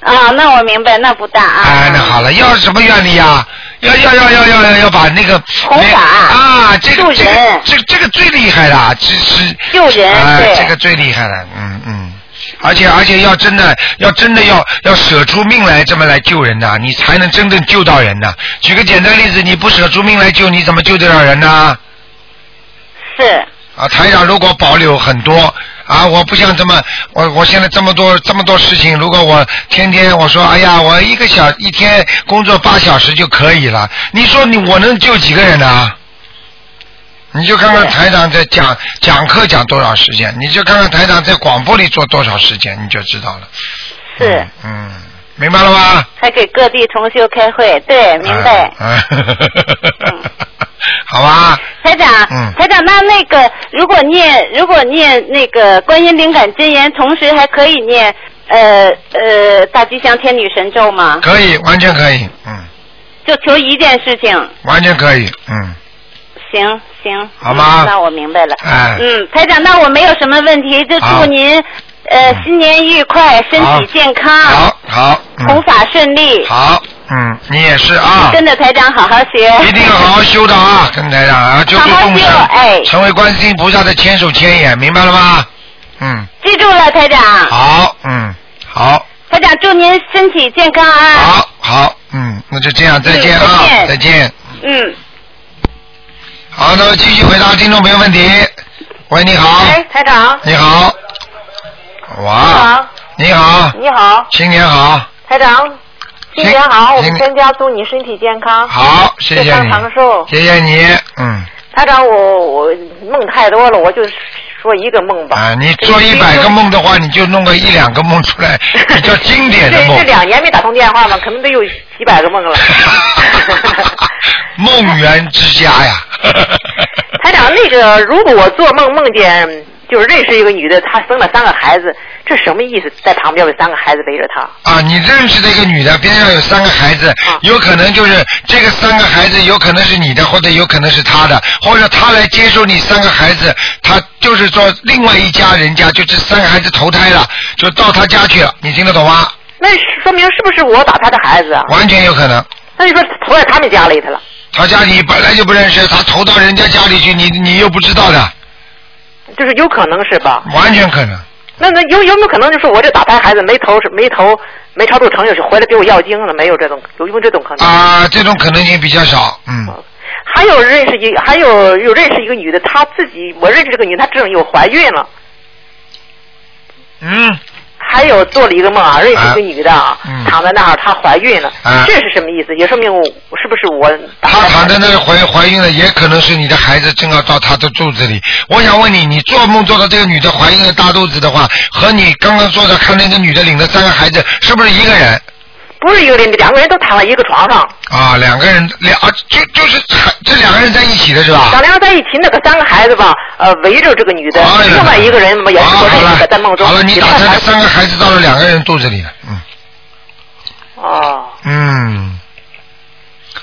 S5: 啊、那我明白，那不大啊。
S2: 哎，那好了，要什么愿力呀？要要要要要要要把那个
S5: 弘法
S2: 那啊，这
S5: 度
S2: 个
S5: 人
S2: 这个这这个最厉害的，这是
S5: 救人
S2: 啊，
S5: 对
S2: 这个最厉害的，嗯嗯。而且而且要真的要真的要要舍出命来这么来救人呐、你才能真正救到人呐、举个简单例子，你不舍出命来救，你怎么救得了人呢、
S5: 是，
S2: 啊，台长如果保留很多啊，我不像这么，我我现在这么多这么多事情，如果我天天我说，哎呀，我一个小一天工作八小时就可以了，你说你我能救几个人呢、你就看看
S5: 对
S2: 台长在讲讲课讲多少时间，你就看看台长在广播里做多少时间，你就知道了。
S5: 是
S2: 嗯，嗯明白了吗？
S5: 还给各地同修开会，对，明白。
S2: 啊。嗯
S5: 嗯
S2: 好吧。
S5: 台长，
S2: 嗯
S5: 台长，那那个如果念如果念那个观音灵感真言，同时还可以念呃呃大吉祥天女神咒吗？
S2: 可以，完全可以，嗯，
S5: 就求一件事情。
S2: 完全可以，嗯。
S5: 行行，
S2: 好吗
S5: 嗯那我明白了。
S2: 哎
S5: 嗯，台长，那我没有什么问题，就
S2: 好
S5: 祝您呃
S2: 嗯
S5: 新年愉快，身体健康，
S2: 好好，
S5: 弘
S2: 嗯，
S5: 法顺利。
S2: 好，嗯，你也是啊，
S5: 跟着台长好好学。
S2: 一定要好好修的啊，跟台长啊，救度
S5: 好好
S2: 众
S5: 修
S2: 生，
S5: 哎
S2: 成为观世音菩萨的千手千眼，明白了吗？嗯，
S5: 记住了，台长。
S2: 好，嗯，好，
S5: 台长，祝您身体健康啊。。
S2: 好，好，嗯，那就这样，再见啊，
S5: 嗯
S2: 再
S5: 再见
S2: 见。
S5: 嗯。
S2: 好，那么继续回答听众朋友问题。喂，你好，
S6: 哎，台长，
S2: 你好，哇，啊你好，
S6: 你好，
S2: 新年好，
S6: 台长，新年好，我
S2: 新
S6: 们全家祝你身体健康，
S2: 好，谢
S6: 健
S2: 谢
S6: 康
S2: 你，
S6: 长寿。
S2: 谢谢你，嗯，
S6: 台长，我我梦太多了，我就说一个梦吧。
S2: 啊，你做一百个梦的话，你就弄个一两个梦出来，比较经典的
S6: 这
S2: 梦。
S6: 这。两年没打通电话嘛，可能得有几百个梦了
S2: 梦圆之家呀。
S6: 台长，那个如果我做梦梦见就是认识一个女的，她生了三个孩子，这什么意思？在旁边有三个孩子围着她。
S2: 啊，你认识的一个女的，边上有三个孩子，有可能就是这个三个孩子，有可能是你的，或者有可能是她的，或者她来接收你三个孩子，她就是说另外一家人家，就这三个孩子投胎了，就到她家去了，你听得懂吗？
S6: 那说明是不是我打她的孩子啊？
S2: 完全有可能，
S6: 那就说投在他们家里去了。
S2: 她家里本来就不认识，她投到人家家里去，你你又不知道的，
S6: 就是有可能是吧？
S2: 完全可能。
S6: 那那有有没有可能就是我这打胎孩子没投没投没超度成就是回来给我要经了？没有这种有没有这种可能？
S2: 啊，这种可能性比较少，嗯，
S6: 还有认识一还有有认识一个女的，她自己我认识这个女的，她正有怀孕了，
S2: 嗯，
S6: 还有做了一个梦啊，认识一个女的啊，
S2: 嗯
S6: 躺在那儿，她怀孕了，
S2: 啊
S6: 这是什么意思？也说明我是不是我打
S2: 她躺在那里怀怀孕了，也可能是你的孩子正要到她的肚子里。我想问你，你做梦做到这个女的怀孕了大肚子的话，和你刚刚做的看那个女的领了三个孩子，是不是一个人？
S6: 不是一个人，两个人都躺在一个床上，
S2: 啊，两个人两啊就就是这两个人在一起的是吧？
S6: 两个人在一起，那个三个孩子吧，呃，围着这个女的，
S2: 哎呀
S6: 另外一个人嘛也是
S2: 好
S6: 我
S2: 了
S6: 认识的，在梦中，
S2: 好了，你
S6: 也
S2: 打
S6: 看啊
S2: 胎
S6: 孩
S2: 的
S6: 子
S2: 三个孩子到了两个人肚子里了，嗯
S6: 哦。
S2: 嗯，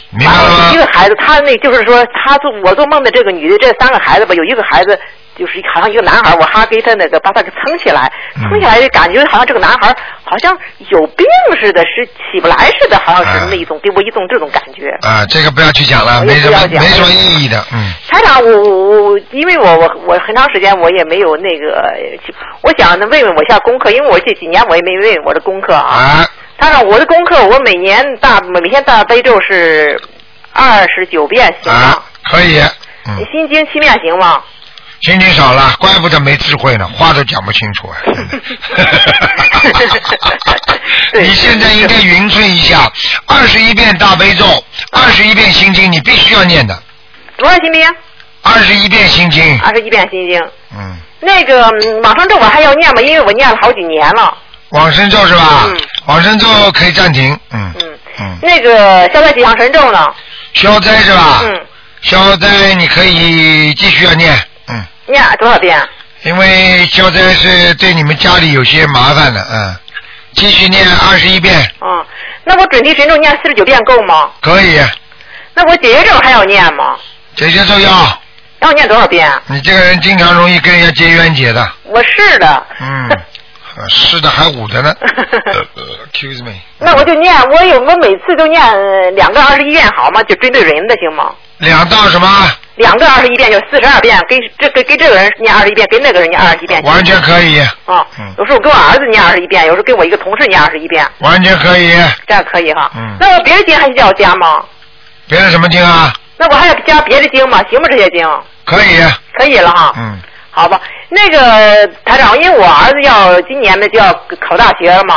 S2: 明白
S6: 完
S2: 了
S6: 了，一
S2: 吗
S6: 个？孩子，他那就是说，他做我做梦的这个女的，这三个孩子吧，有一个孩子就是好像一个男孩，我还给他那个把他给撑起来，
S2: 嗯
S6: 撑起来就感觉好像这个男孩好像有病似的，是起不来似的，好像
S2: 啊
S6: 是那一种，给我一种这种感觉。
S2: 啊，这个不要去讲了，
S6: 我
S2: 没
S6: 也
S2: 什
S6: 不
S2: 么
S6: 要讲
S2: 没什么意义的，嗯
S6: 台长，我我我，因为我我我很长时间我也没有那个，我想呢问问我一下功课，因为我这几年我也没问我的功课啊。
S2: 啊
S6: 台长，我的功课我每年大每天大悲咒是二十九遍，行吗？
S2: 啊，可以，
S6: 你
S2: 嗯，
S6: 心经七面行吗？
S2: 心情少了，怪不得没智慧呢，话都讲不清楚啊。真的
S6: 对
S2: 你现在应该匀称一下，二十一遍大悲咒，二十一遍心经，你必须要念的，
S6: 多少心经？啊
S2: 二十一遍心经，
S6: 二十一遍心经。
S2: 嗯。
S6: 那个嗯往生咒我还要念吗？因为我念了好几年了。
S2: 往生咒是吧？
S6: 嗯
S2: 往生咒可以暂停，嗯
S6: 嗯。
S2: 嗯，
S6: 那个消灾吉祥神咒呢？
S2: 消灾是吧？
S6: 嗯，
S2: 消灾你可以继续要念，嗯，
S6: 念多少遍？啊
S2: 因为消灾是对你们家里有些麻烦的，嗯，继续念二十一遍
S6: 嗯，那我准提神咒念四十九遍够吗？
S2: 可以，
S6: 那我解结咒还要念吗？
S2: 解决咒要。
S6: 要念多少遍？啊
S2: 你这个人经常容易跟人家结冤结的，
S6: 我是的。
S2: 嗯，呃是的还捂 着呢。呃呃 Excuse me，
S6: 那我就念，我有我每次都念呃两个二十一遍好吗？就针对人的行吗？
S2: 两道什么？
S6: 两个二十一遍就四十二遍，给这给给这个人念二十一遍，给那个人念二十一遍。
S2: 完全可以，
S6: 啊
S2: 嗯，
S6: 有时候我给我儿子念二十一遍，有时候给我一个同事念二十一遍，
S2: 完全可以。
S6: 这样可以哈。
S2: 嗯
S6: 那我别的经还需要加吗？
S2: 别的什么经啊？
S6: 那我还要加别的经吗？行吗？这些经
S2: 可以，
S6: 可以了哈。
S2: 嗯。
S6: 好吧，那个台长，因为我儿子要今年呢就要考大学了嘛，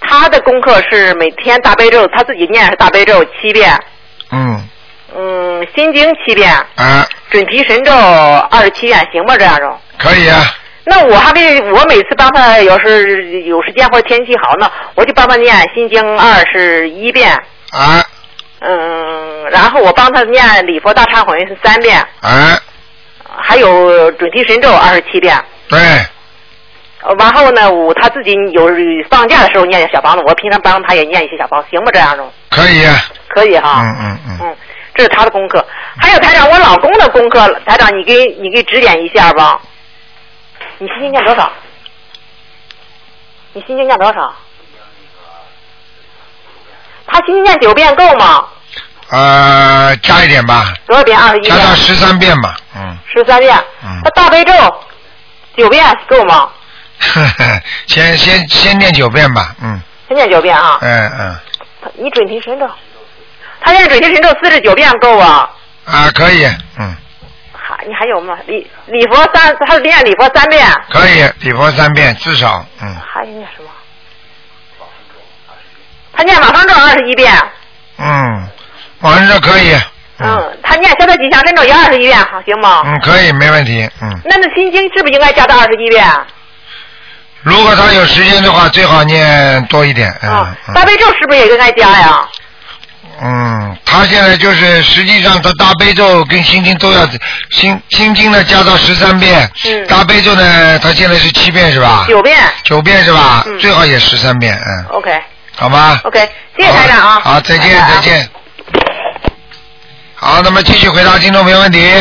S6: 他的功课是每天大悲咒，他自己念是大悲咒七遍，
S2: 嗯，
S6: 嗯，心经七遍，
S2: 啊，
S6: 准提神咒二十七遍，行吗？这样就。
S2: 可以啊，
S6: 那我还给我每次帮他，要是有时间或者天气好呢，我就帮他念《心经》二十一遍，
S2: 啊
S6: 嗯，然后我帮他念《礼佛大忏悔》是三遍，
S2: 啊，
S6: 还有准提神咒二十七遍。
S2: 对，
S6: 呃然后呢，我他自己有放假的时候念小房子，我平常帮他也念一些小房子，行吗？这样的
S2: 可以啊，
S6: 可以哈。
S2: 嗯嗯嗯，
S6: 嗯，这是他的功课。还有台长，我老公的功课，台长你给你给指点一下吧。你心经念多少？你心经念多少？他心经念九遍够吗？
S2: 呃，加一点吧，
S6: 多少遍？二十一
S2: 加
S6: 遍，
S2: 到十三遍吧， 嗯，
S6: 十三遍。
S2: 嗯
S6: 那大悲咒九遍够吗？
S2: 呵呵先先先念九遍吧，嗯
S6: 先念九遍啊。
S2: 嗯嗯，
S6: 你准提神咒，他现在准提神咒四十九遍够啊？
S2: 啊，可以，嗯，
S6: 还你还有吗？礼礼佛三，他念礼佛三遍，
S2: 可以，礼佛三遍至少，嗯
S6: 还念什么？他念往生咒二十一遍，
S2: 嗯，往生咒可以，嗯
S6: 嗯，他念消灾吉祥真咒也二十一遍，好行吗？
S2: 嗯，可以，没问题，嗯，
S6: 那那心经是不是应该加到二十一遍？
S2: 如果他有时间的话，最好念多一点，嗯
S6: 啊，
S2: 嗯
S6: 大悲咒是不是也应该加呀？
S2: 嗯，他现在就是实际上他大悲咒跟心经都要心心经呢加到十三遍，
S6: 嗯
S2: 大悲咒呢他现在是七遍是吧？
S6: 九遍
S2: 啊九遍是吧？
S6: 嗯
S2: 最好也十三遍，嗯，
S6: ，OK
S2: 好吗？
S6: OK，谢谢台长啊。
S2: 好，再见
S6: 拜拜啊
S2: 再。见。好，那么继续回答听众朋友问题。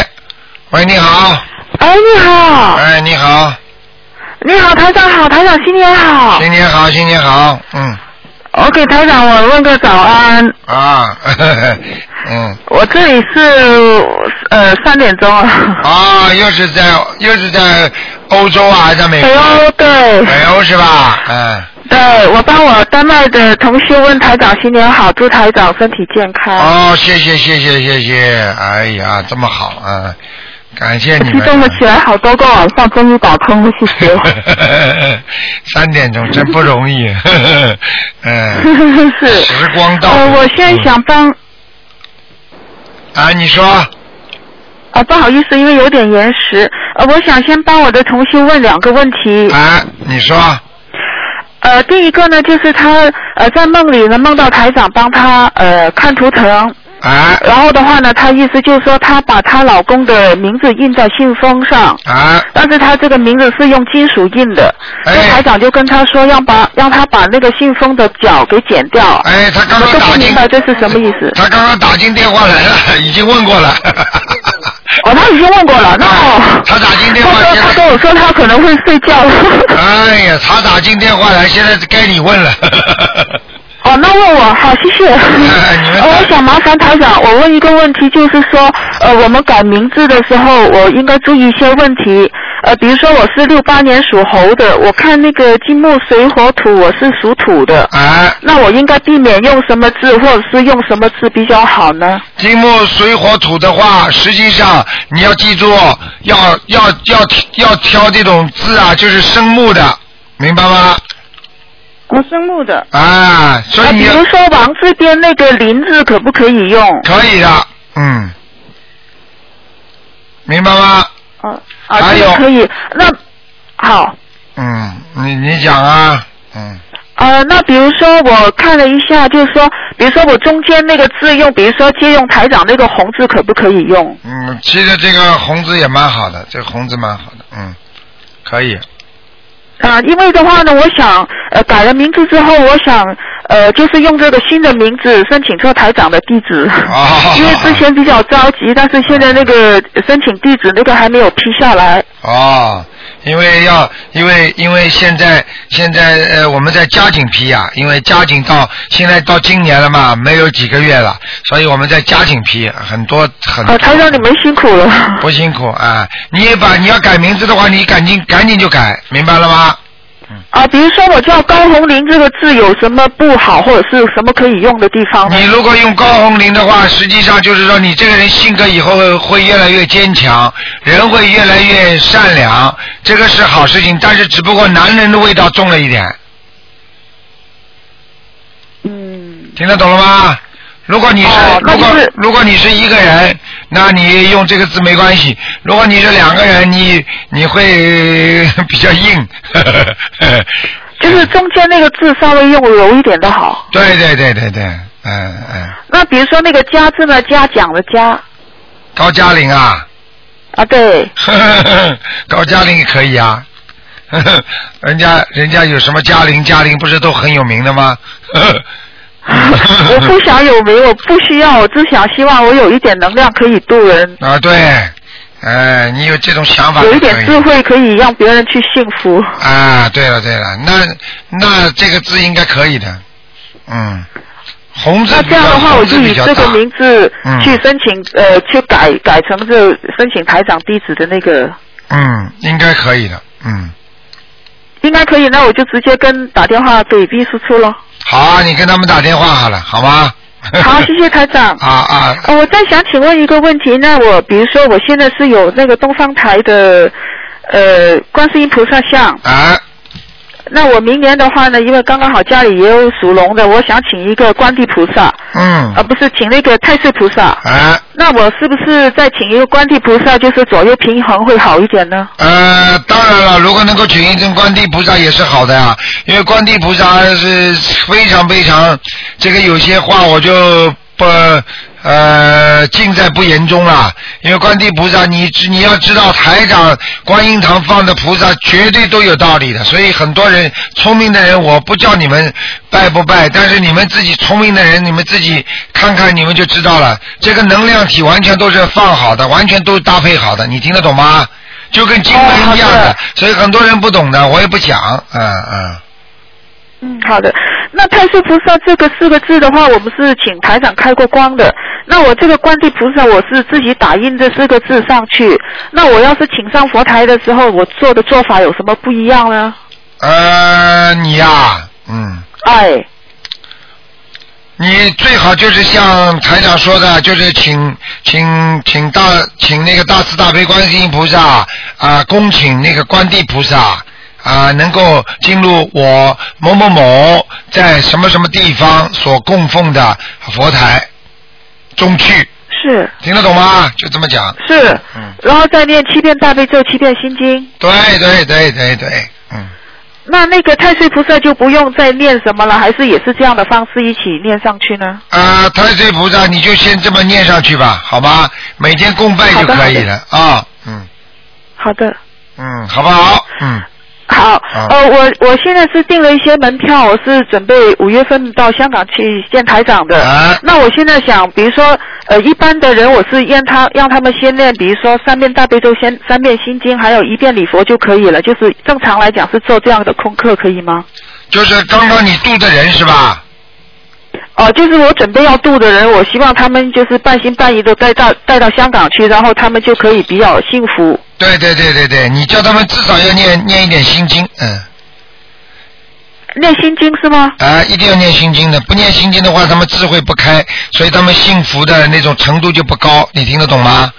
S2: 喂，你好，
S7: 哎，你好，
S2: 哎，你好，
S7: 你好，台长好，台长新年好。
S2: 新年好，新年好，嗯，
S7: 我给台长我问个早安，
S2: 啊， 呵呵嗯，
S7: 我这里是呃三点钟啊。
S2: 啊，又是在又是在欧洲啊，还是在美国
S7: 北？欧对
S2: 北欧是吧？嗯。
S7: 对，我帮我丹麦的同学问台长新年好，祝台长身体健康。
S2: 哦，谢谢谢谢谢谢，哎呀，这么好啊，感谢
S7: 我
S2: 你
S7: 激
S2: 们
S7: 动了
S2: 啊。
S7: 起来，好多个晚上终于打通了，谢谢。
S2: 三点钟真不容易， 嗯，
S7: 是。
S2: 时光倒
S7: 呃，
S2: 流
S7: 我现在想帮
S2: 啊，你说
S7: 啊，不好意思，因为有点延时。呃，我想先帮我的同学问两个问题。
S2: 啊，你说
S7: 呃，第一个呢，就是他呃在梦里呢梦到台长帮他呃看图腾，
S2: 啊
S7: 然后的话呢，他意思就是说她把她老公的名字印在信封上，
S2: 啊，
S7: 但是她这个名字是用金属印的，那、
S2: 哎
S7: 台长就跟她说让把让她把那个信封的角给剪掉。
S2: 哎，他刚
S7: 我
S2: 刚
S7: 都
S2: 打
S7: 不
S2: 进
S7: 明，白这是什么意思。
S2: 他刚刚打进电话来了， 已经问过 了。
S7: 哦，他已经问过了，那
S8: 啊
S2: 哎他打进电话
S7: 他
S2: 进
S7: 说
S2: 来
S7: 他跟我说他可能会睡觉。
S2: 哎呀，他打进电话来，现在该你问了。
S7: 哦，那问我好，谢谢。
S2: 哎你 们
S7: 呃我想麻烦台长，我问一个问题，就是说，呃，我们改名字的时候，我应该注意一些问题。呃，比如说我是六八年属猴的，我看那个金木水火土，我是属土的，
S2: 哎，
S7: 那我应该避免用什么字，或者是用什么字比较好呢？
S2: 金木水火土的话，实际上你要记住，要要要要挑这种字啊，就是生木的，明白吗？
S7: 我生木的。
S2: 啊，所
S7: 啊，
S2: 以
S7: 比
S2: 你要
S7: 如说王字边那个林字可不可以用？
S2: 可以的，嗯，明白吗？
S7: 哦，啊，
S2: 还
S7: 这
S2: 有
S7: 个可以。那好，
S2: 嗯，你你讲啊，嗯，
S7: 呃，那比如说我看了一下，就是说，比如说我中间那个字用，比如说借用台长那个红字可不可以用？
S2: 嗯，其实这个红字也蛮好的，这个红字蛮好的，嗯，可以，
S7: 啊、因为的话呢，我想呃改了名字之后，我想呃就是用这个新的名字申请做台长的地址。
S2: 哦
S7: 因为之前比较着急，但是现在那个申请地址那个还没有批下来。
S2: 哦，因为要，因为因为现在现在呃我们在加紧批呀、因为加紧到现在到今年了嘛，没有几个月了，所以我们在加紧批，很多 很多。
S7: 呃，台长你们辛苦 了。
S2: 不辛苦啊，你也把你要改名字的话，你赶紧赶紧就改，明白了吗？
S7: 啊，比如说我叫高红林这个字有什么不好，或者是什么可以用的地方呢
S2: 你？如果用高红林的话，实际上就是说你这个人性格以后会越来越坚强，人会越来越善良，这个是好事情。但是只不过男人的味道重了一点，
S7: 嗯，
S2: 听得懂了吗？如果你是、
S7: 哦那
S2: 如
S7: 就
S2: 果
S7: 是
S2: 如果你是一个人，那你用这个字没关系；如果你是两个人，你你会比较硬。
S7: 就是中间那个字稍微用柔一点的好。
S2: 对对对对对，嗯嗯，
S7: 那比如说那个“家”字呢，嘉奖的“ 嘉
S2: 高嘉玲啊。”
S7: 啊，对，
S2: 高嘉玲也可以啊。 人家人家有什么嘉玲？嘉玲不是都很有名的吗？
S7: 我不想有名，我不需要，我只想希望我有一点能量可以度人，
S2: 啊，对，哎，你有这种想法
S7: 有
S2: 就
S7: 一
S2: 可
S7: 点智
S2: 以。
S7: 慧可以让别人去幸福。
S2: 啊，对了对了，那那这个字应该可以的，嗯，红字
S7: 那
S2: 比
S7: 这样
S2: 较
S7: 的话，我
S2: 红
S7: 就
S2: 字
S7: 以
S2: 比较
S7: 这
S2: 大
S7: 个名字
S2: 嗯
S7: 去申请，呃，去改改成这申请台长地址的那个，
S2: 嗯，应该可以的，嗯，
S7: 应该可以。那我就直接跟打电话给秘书处了。
S2: 好啊，你跟他们打电话好了，好吗？
S7: 好，谢谢台长。
S2: 啊啊，
S7: 呃，我再想请问一个问题，那我比如说我现在是有那个东方台的呃观世音菩萨像，
S2: 啊，
S7: 那我明年的话呢，因为刚刚好家里也有属龙的，我想请一个观地菩萨，
S2: 嗯，
S7: 呃，不是请那个太岁菩萨。
S2: 啊。
S7: 那我是不是再请一个观地菩萨，就是左右平衡会好一点呢？
S2: 呃，当然了，如果能够请一尊观地菩萨也是好的呀、因为观地菩萨是非常非常，这个有些话我就不呃尽在不言中了。因为观地菩萨，你知你要知道，台长观音堂放的菩萨绝对都有道理的，所以很多人聪明的人，我不叫你们拜不拜，但是你们自己聪明的人，你们自己看看你们就知道了。这个能量体完全都是放好的，完全都搭配好的，你听得懂吗？就跟经文一样的，
S7: 哦好的
S2: 所以很多人不懂的，我也不讲，嗯嗯，
S7: 嗯，好的。那太岁菩萨这个四个字的话，我们是请台长开过光的。那我这个观地菩萨，我是自己打印这四个字上去。那我要是请上佛台的时候，我做的做法有什么不一样呢？
S2: 呃，你呀、嗯，
S7: 哎，
S2: 你最好就是像台长说的，就是请请请大请那个大慈大悲观世音菩萨啊、恭请那个观地菩萨啊、能够进入我某某某在什么什么地方所供奉的佛台中去，
S7: 是
S2: 听得懂吗？就这么讲。
S7: 是，
S2: 嗯，
S7: 然后再念七遍大悲咒，七遍心经。
S2: 对对对对对，嗯。
S7: 那那个太岁菩萨就不用再念什么了，还是也是这样的方式一起念上去呢？
S2: 啊，太岁菩萨，你就先这么念上去吧，好吗？每天供拜就可以了啊。嗯
S7: 好的，
S2: 嗯，好不好？嗯，
S7: 好，
S2: 啊
S9: 哦
S7: 呃，我我现在是订了一些门票，我是准备五月份到香港去见台长的。
S2: 啊
S7: 那我现在想，比如说，呃，一般的人我是让他让他们先念，比如说三遍大悲咒先，三遍心经，还有一遍礼佛就可以了。就是正常来讲是做这样的功课，可以吗？
S2: 就是刚刚你度的人是吧？
S7: 哦、就是我准备要度的人，我希望他们就是半信半疑的带到带到香港去，然后他们就可以比较幸福。
S2: 对对对对对，你叫他们至少要念念一点心经，嗯，
S7: 念心经是吗？
S2: 啊，一定要念心经的，不念心经的话，他们智慧不开，所以他们幸福的那种程度就不高，你听得懂吗？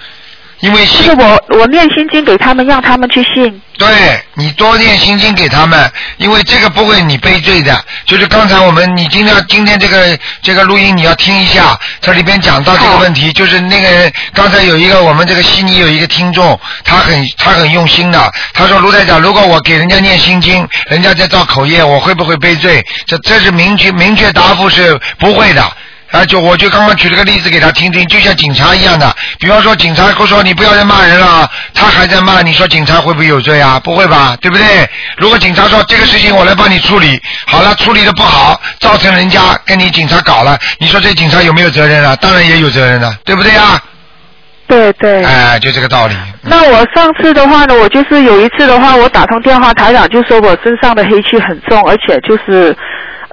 S2: 因为
S7: 就
S2: 心
S7: 是我我念心经给他们，让他们去信。
S2: 对你多念心经给他们，因为这个不会你背罪的。就是刚才我们你今天今天这个这个录音你要听一下，这里边讲到这个问题，就是那个人刚才有一个我们这个悉尼有一个听众，他很他很用心的，他说卢台长，如果我给人家念心经，人家在造口业，我会不会背罪？这这是明确明确答复是不会的。啊，就我就刚刚举了个例子给他听听，就像警察一样的，比方说警察会说你不要再骂人了啊，他还在骂，你说警察会不会有罪啊？不会吧，对不对？如果警察说这个事情我来帮你处理，好了，处理的不好，造成人家跟你警察搞了，你说这警察有没有责任啊？当然也有责任了、对不对啊？
S7: 对对。
S2: 哎，就这个道理。
S7: 那我上次的话呢，我就是有一次的话，我打通电话，台长就说我身上的黑气很重，而且就是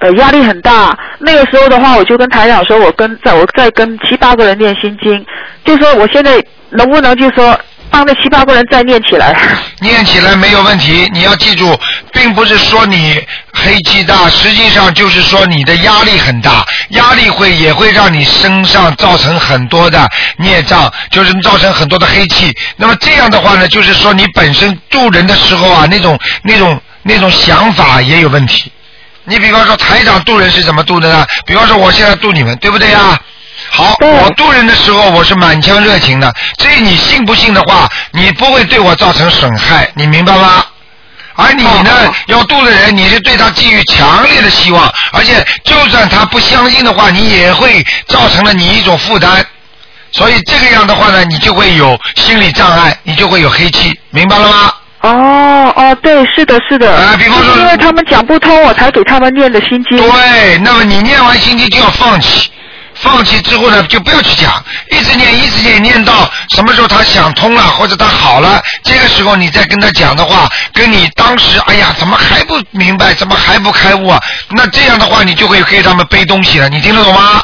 S7: 呃压力很大。那个时候的话，我就跟台长说，我跟在我在跟七八个人念心经，就说我现在能不能就说帮那七八个人再念起来？
S2: 念起来没有问题。你要记住，并不是说你黑气大，实际上就是说你的压力很大，压力会也会让你身上造成很多的孽障，就是造成很多的黑气。那么这样的话呢，就是说你本身度人的时候啊，那种那种那种想法也有问题。你比方说台长渡人是怎么渡的呢？比方说我现在渡你们，对不对呀？好，
S7: 对
S2: 我渡人的时候我是满腔热情的，至于你信不信的话，你不会对我造成损害，你明白吗？而你呢，要渡的人，你是对他寄予强烈的希望，而且就算他不相信的话，你也会造成了你一种负担。所以这个样的话呢，你就会有心理障碍，你就会有黑气，明白了吗？
S7: 哦哦，对，是的，是的，
S2: 哎比方说
S7: 就是因为他们讲不通，我才给他们念的心经。
S2: 对，那么你念完心经就要放弃，放弃之后呢，就不要去讲，一直念，一直念，念到什么时候他想通了或者他好了，这个时候你再跟他讲的话，跟你当时哎呀怎么还不明白，怎么还不开悟啊？那这样的话你就会给他们背东西了，你听得懂吗？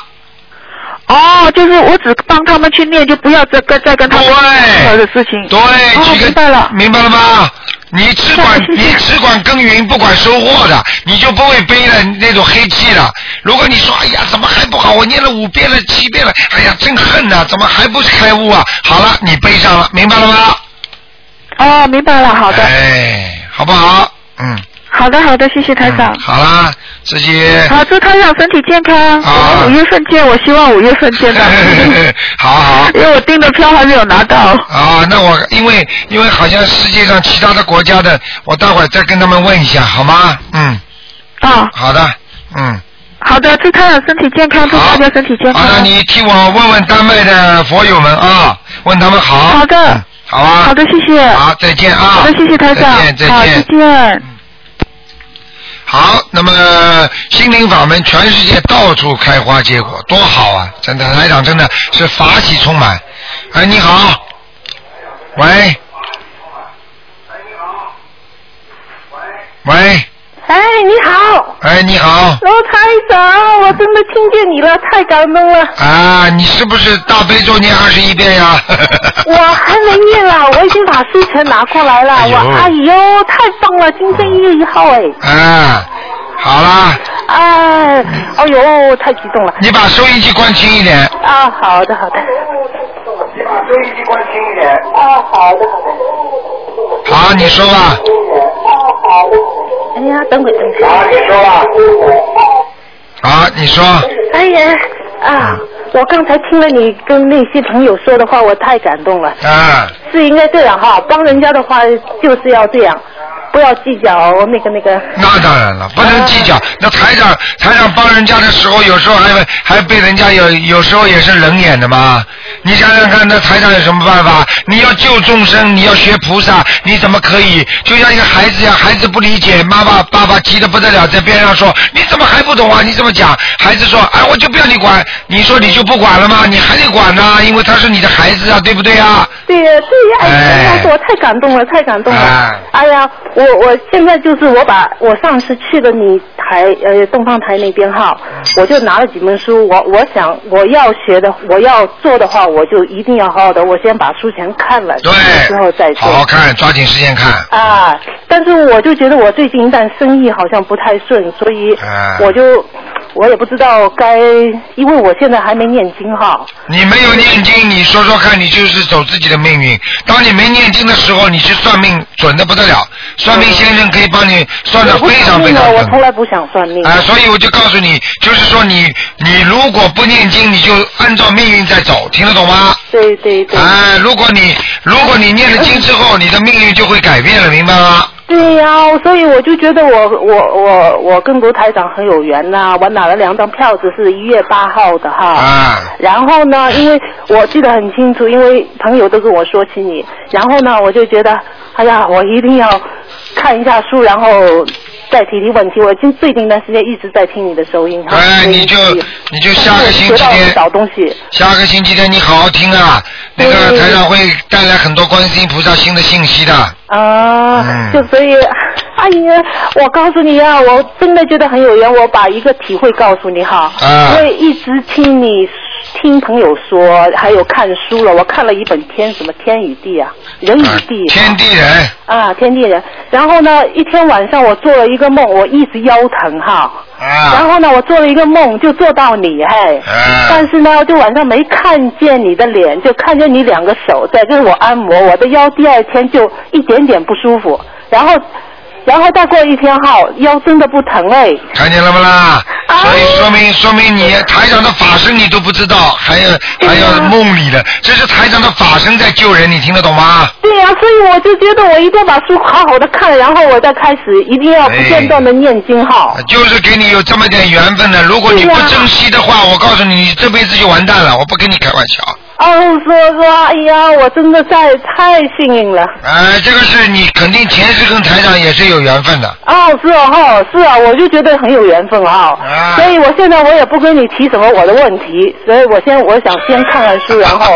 S7: 哦，就是我只帮他们去念，就不要再跟再跟他们
S2: 对
S7: 任何的事情。
S2: 对，
S7: 哦
S2: 举个
S7: 明白了
S2: 明白了吗？你只管
S7: 是的
S2: 你
S7: 是的
S2: 只管耕耘，不管收获的，你就不会背了那种黑气了。如果你说哎呀，怎么还不好？我念了五遍了，七遍了，哎呀，真恨呐、怎么还不开悟啊？好了，你背上了，明白了吗？
S7: 哦，明白了，好的，
S2: 哎，好不好？嗯，
S7: 好的，好的，谢谢台长。
S2: 嗯好啦，自己。
S7: 好，祝台长身体健康。
S2: 啊
S7: 我们五月份见，我希望五月份见到你，
S2: 好好。
S7: 因为我订的票还没有拿到。
S2: 啊，那我因为因为好像世界上其他的国家的，我待会儿再跟他们问一下，好吗？嗯，
S7: 啊，
S2: 好的，嗯。
S7: 好的，祝台长身体健康，祝
S2: 好，
S7: 大家身体健康
S2: 好。的，你替我问问丹麦的佛友们啊，问他们好。
S7: 好的
S2: 嗯好啊。
S7: 好的，谢谢。
S2: 好，再见啊。
S7: 好的，谢谢台长。
S2: 再见，嗯
S7: 好，
S2: 再
S7: 再
S2: 见。
S7: 见。
S2: 好，那么心灵法门全世界到处开花结果，多好啊！真的，台长真的是法喜充满。哎，你好，喂，喂，
S10: 哎，你好，
S2: 哎，你好，
S10: 罗台长，我真的听见你了，太感动了。
S2: 啊，你是不是大悲咒念二十一遍呀？
S10: 我还没念了，我已经把书全拿过来了。
S2: 哎呦
S10: 我哎呦，太棒了！今天一月一号哎，
S2: 啊，好啦，
S10: 哎，哎呦，我太激动了。
S2: 你把收音机关轻一点。
S10: 啊，好的好的。
S2: 你把收音机关轻一点。
S10: 啊，好的好的。
S2: 好，你说吧。
S10: 哎呀，等会等会。
S2: 好，你说吧。好，你说。
S10: 哎呀啊！我刚才听了你跟那些朋友说的话，我太感动了。
S2: 啊，
S10: 是应该这样哈，帮人家的话就是要这样，不要计较那个那个。
S2: 那当然了，不能计较。那台长，台长帮人家的时候，有时候还会还被人家有，有时候也是冷眼的嘛。你想想看，那台长有什么办法？你要救众生，你要学菩萨，你怎么可以？就像一个孩子一样，孩子不理解，妈妈爸爸急得不得了，在边上说：“你怎么还不懂啊？你怎么讲？”孩子说：“哎，我就不要你管。”你说你就不管了吗？你还得管呢，因为他是你的孩子啊，对不对啊？
S10: 对呀，对呀，
S2: 哎
S10: 哎呀，我太感动了，太感动了。
S2: 哎
S10: 哎呀，我我现在就是我把我上次去的你台呃东方台那边哈，
S2: 嗯
S10: 我就拿了几本书，我我想我要学的，我要做的话，我就一定要好好的，我先把书全看了，
S2: 对
S10: 之后再，做
S2: 好。好看，抓紧时间看。
S10: 啊，但是我就觉得我最近一段生意好像不太顺，所以
S2: 哎
S10: 我就、我也不知道该，因为我现在还没念经哈。
S2: 你没有念经，你说说看，你就是走自己的命运。当你没念经的时候，你去算命准的不得了，算命先生可以帮你算的
S10: 我不
S2: 非
S10: 算
S2: 常非
S10: 命
S2: 常
S10: 啊，我从
S2: 准。
S10: 来不想算命。
S2: 啊、所以我就告诉你，就是说你你如果不念经，你就按照命运在走，听得懂吗？
S10: 对对对。
S2: 哎、如果你如果你念了经之后，你的命运就会改变了，明白吗？
S10: 对呀、所以我就觉得我我我我跟卢台长很有缘呐、我拿了两张票子，是一月八号的哈。
S2: 啊、
S10: 然后呢，因为我记得很清楚，因为朋友都跟我说起你，然后呢，我就觉得，哎呀，我一定要看一下书，然后再提提问题。我今最近一段时间一直在听你的收音哈，
S2: 哎，
S10: 所以
S2: 你就你就下个星
S10: 学
S2: 期
S10: 到
S2: 天
S10: 不少东西。
S2: 下个星期天你好好听啊，那个
S10: 对
S2: 台上会带来很多观世音菩萨新的信息的。
S10: 啊
S2: 嗯，
S10: 就所以，阿姨，我告诉你啊，我真的觉得很有缘。我把一个体会告诉你哈，
S2: 啊
S10: 我也一直听你听朋友说，还有看书了。我看了一本天什么天与地啊，人与
S2: 啊
S10: 地
S2: 天地人，
S10: 啊，天地人。然后呢，一天晚上我做了一个梦，我一直腰疼哈。然
S2: 啊，
S10: 后呢，我做了一个梦，就做到你嘿。
S3: 嗯
S2: 啊
S10: 但是呢，就晚上没看见你的脸，就看见你两个手在给我按摩，我的腰第二天就一点点不舒服，然后，然后再过一天哈，腰真的不疼哎。
S2: 看见了不啦？
S10: 啊
S2: 所以说明说明你台长的法身你都不知道，还有还有梦里的，这是台长的法身在救人，你听得懂吗？
S10: 对呀、所以我就觉得我一定要把书好好的看，然后我再开始一定要不间断的念经哈。
S2: 就是给你有这么点缘分的，如果你
S10: 对
S2: 不
S10: 呀
S2: 珍惜的话，我告诉你，你这辈子就完蛋了，我不跟你开玩笑。
S10: 哦，说说，哎呀，我真的太太幸运了。
S2: 哎，这个是你肯定前世跟台长也是有缘分的。
S10: 哦，是哦，哈，是啊，我就觉得很有缘分啊，
S2: 啊
S10: 所以我现在我也不跟你提什么我的问题，所以我先我想先看看书，然 后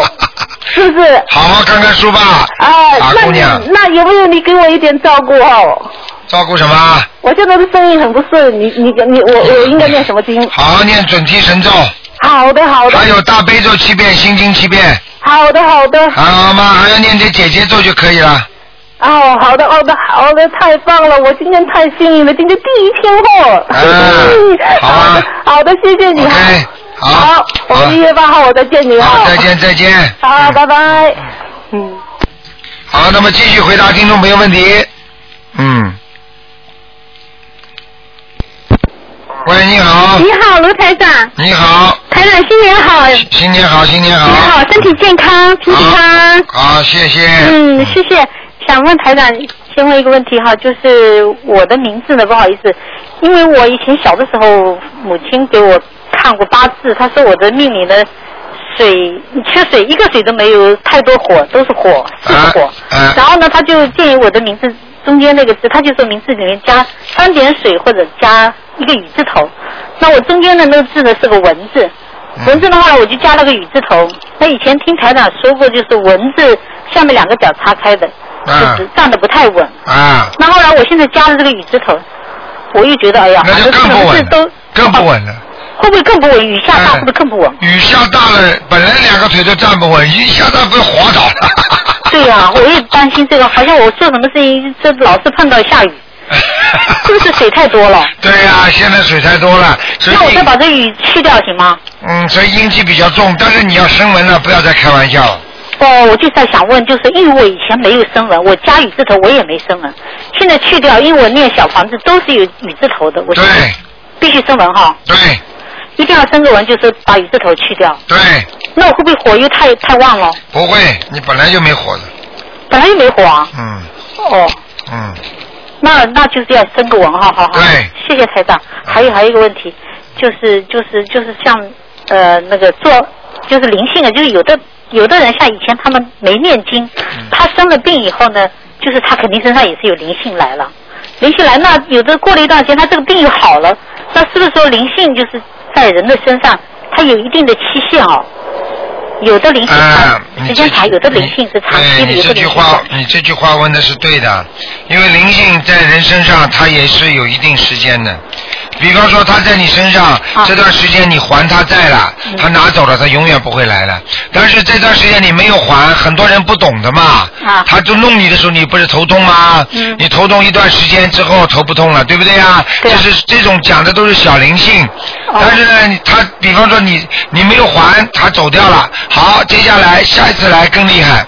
S10: 是不是？
S2: 好好看看书吧，
S10: 啊，
S2: 啊
S10: 那
S2: 姑
S10: 你
S2: 娘，
S10: 那有没有你给我一点照顾哦？
S2: 照顾什么？
S10: 我现在的生意很不顺，你你你我我应该念什么经？
S2: 好好念准提神咒，
S10: 好的好的
S2: 还有大悲咒七遍，心经七遍，
S10: 好的好的
S2: 好吗？还要念点姐姐咒就可以了。
S10: 哦好的好的好的太棒了！我今天太幸运了，今天第一天哦。
S2: 哎好啊
S10: 好的好的，谢谢你啊。
S2: OK，好，
S10: 好，我们一月八号我再见你哦。
S2: 好，再见再见。
S10: 好，拜拜。嗯。
S2: 好，那么继续回答听众朋友问题。嗯。喂，你好，
S9: 你好，卢台长，
S2: 你好，
S9: 台长新年好，你
S2: 新年好，新年好。
S9: 好，身体健康，平平安安。
S2: 好，谢谢。
S9: 嗯，谢谢。想问台长，先问一个问题哈，就是我的名字呢，不好意思，因为我以前小的时候，母亲给我看过八字，她说我的命里的水缺水，一个水都没有，太多火都是火，四个火。
S2: 啊
S9: 然后呢，她就建议我的名字中间那个字，她就说名字里面加三点水或者加一个雨字头。那我中间的那个字呢是个文字，
S2: 嗯
S9: 文字的话，我就加了个雨字头。那以前听台长说过，就是文字下面两个脚叉开的，
S2: 嗯
S9: 就是站的不太稳。
S2: 啊，
S9: 那后来我现在加了这个雨字头，我又觉得哎呀，
S2: 那就更
S9: 好像
S2: 不
S9: 文字
S2: 稳
S9: 都
S2: 了，更不稳了。
S9: 会不会更不稳？雨下大
S2: 哎
S9: 会不会更不稳？
S2: 雨下大了，本来两个腿都站不稳，一下大被滑倒了。
S9: 对呀、我也担心这个，好像我做什么事情，这老是碰到下雨。是不是水太多了？
S2: 对呀、现在水太多了，所以
S9: 那我再把这雨去掉行吗？
S2: 嗯，所以阴气比较重，但是你要声纹了，不要再开玩笑了。
S9: 哦，我就在想问，就是因为我以前没有生人，我家雨字头我也没生人，现在去掉，因为我念小房子都是有雨字头的，我
S2: 对
S9: 必须生文哈，
S2: 对
S9: 一定要生个文，就是把雨字头去掉。
S2: 对，
S9: 那我会不会火又太太旺了？
S2: 不会，你本来就没火的，
S9: 本来就没火啊。
S2: 嗯
S9: 哦，
S2: 嗯，
S9: 那那就是要生个文哈，好好。
S2: 对，啊
S9: 谢谢台长。还有还有一个问题，就是就是就是像呃那个做就是灵性的，就是有的有的人像以前他们没念经，
S2: 嗯
S9: 他生了病以后呢，就是他肯定身上也是有灵性来了，灵性来那有的过了一段时间他这个病又好了，那是不是说灵性就是在人的身上它有一定的期限哦？有的灵性
S2: 啊
S9: 长、时间长，有的灵性是
S2: 对
S9: 长期的，
S2: 哎你
S9: 有的
S2: 这句
S9: 灵性
S2: 话
S9: 短，
S2: 你这句话问的是对的，因为灵性在人身上，它也是有一定时间的。比方说，他在你身上、这段时间你还他债了，他拿走了，他永远不会来了。但是这段时间你没有还，很多人不懂的嘛，他就弄你的时候，你不是头痛吗？你头痛一段时间之后头不痛了，对嗯不对呀？哦这是这种讲的都是小灵性，但是呢，你他比方说你你没有还，他走掉了，好，接下来下一次来更厉害。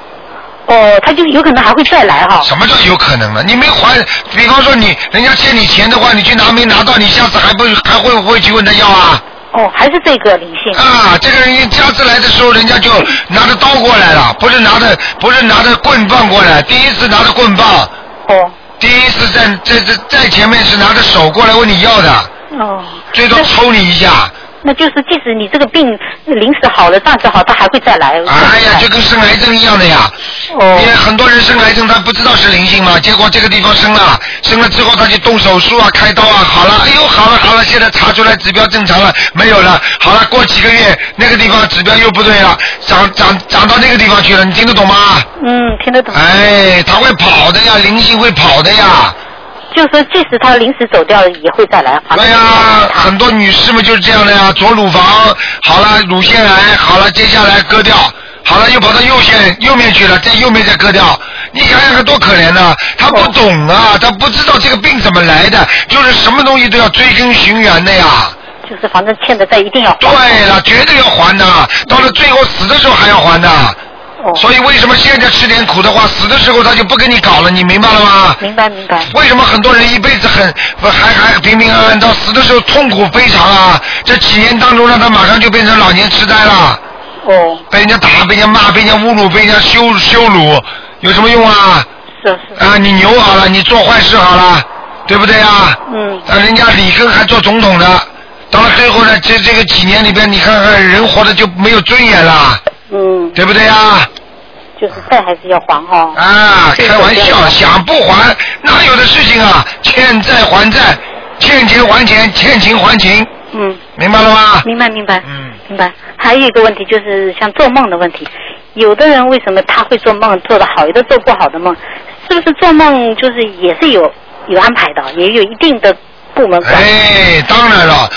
S9: 哦，他就有可能还会再来哈。
S2: 什么叫有可能呢？你没还，比方说你人家欠你钱的话，你去拿没拿到，你下次还不还会不会去问他要啊？
S9: 哦，还是这个灵性。
S2: 啊，这个人下次来的时候，人家就拿着刀过来了，不是拿着不是拿着棍棒过来，第一次拿着棍棒。
S9: 哦。
S2: 第一次在在在在前面是拿着手过来问你要的，
S9: 哦，
S2: 最多抽你一下。
S9: 那就是即使你这个病临时好了，暂时好，他还会再来。
S2: 哎呀，就跟生癌症一样的呀。
S9: 哦。
S2: 因为很多人生癌症，他不知道是灵性嘛，结果这个地方生了，生了之后他就动手术啊，开刀啊，好了，哎呦，好了好了，现在查出来指标正常了，没有了，好了，过几个月那个地方指标又不对了，长长长到那个地方去了，你听得懂吗？
S9: 嗯，听得懂。
S2: 哎，他会跑的呀，灵性会跑的呀。
S9: 就说即使他临时走掉了，也会再来。
S2: 对呀、很多女士们就是这样的呀，左乳房好了，乳腺癌好了，接下来割掉，好了又跑到右腺右面去了，在右面再割掉，你想想看多可怜呐、她不懂啊，她不知道这个病怎么来的，就是什么东西都要追根寻源的呀。
S9: 就是反正欠的债一定要还。
S2: 对了，绝对要还的，到了最后死的时候还要还的。
S9: 哦
S2: 所以为什么现在吃点苦的话，死的时候他就不跟你搞了，你明白了吗？
S9: 明白明白。
S2: 为什么很多人一辈子很不还还平平安安，到死的时候痛苦非常啊？这几年当中，让他马上就变成老年痴呆了。
S9: 哦。
S2: 被人家打，被人家骂，被人家侮辱，被人家羞羞辱，有什么用啊？
S9: 是
S2: 是。啊，你牛好了，你做坏事好了，对不对啊？
S9: 嗯。
S2: 啊，人家里根还做总统的，到了最后呢，这这个几年里边，你看看人活的就没有尊严了，
S9: 嗯。
S2: 对不对啊？
S9: 就是债还是要还哦哈。
S2: 啊，开玩笑，想不还哪有的事情啊？欠债还债，欠钱还钱，欠情还情。
S9: 嗯。
S2: 明白了吗？
S9: 明白明白。嗯。明白。还有一个问题就是像做梦的问题，有的人为什么他会做梦做得好，有的做不好的梦，是不是做梦就是也是有有安排的，也有一定的部门管理？
S2: 哎，当然了，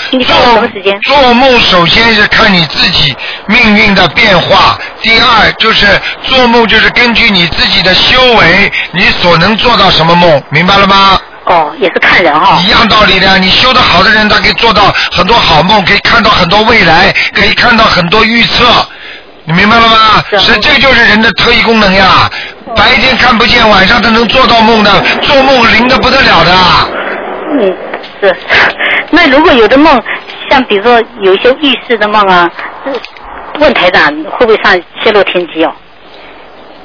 S2: 做做梦首先是看你自己命运的变化，第二就是做梦就是根据你自己的修为，你所能做到什么梦，明白了吗？
S9: 哦，也是看人哈、
S2: 一样道理的，你修得好的人，他可以做到很多好梦，可以看到很多未来，可以看到很多预测，你明白了吗？是，这就是人的特异功能呀。白天看不见，晚上他能做到梦的，做梦灵的不得了的。
S9: 嗯，是。 那如果有的梦，像比如说有一些预示的梦啊，呃问台长会不会上泄露天机哦？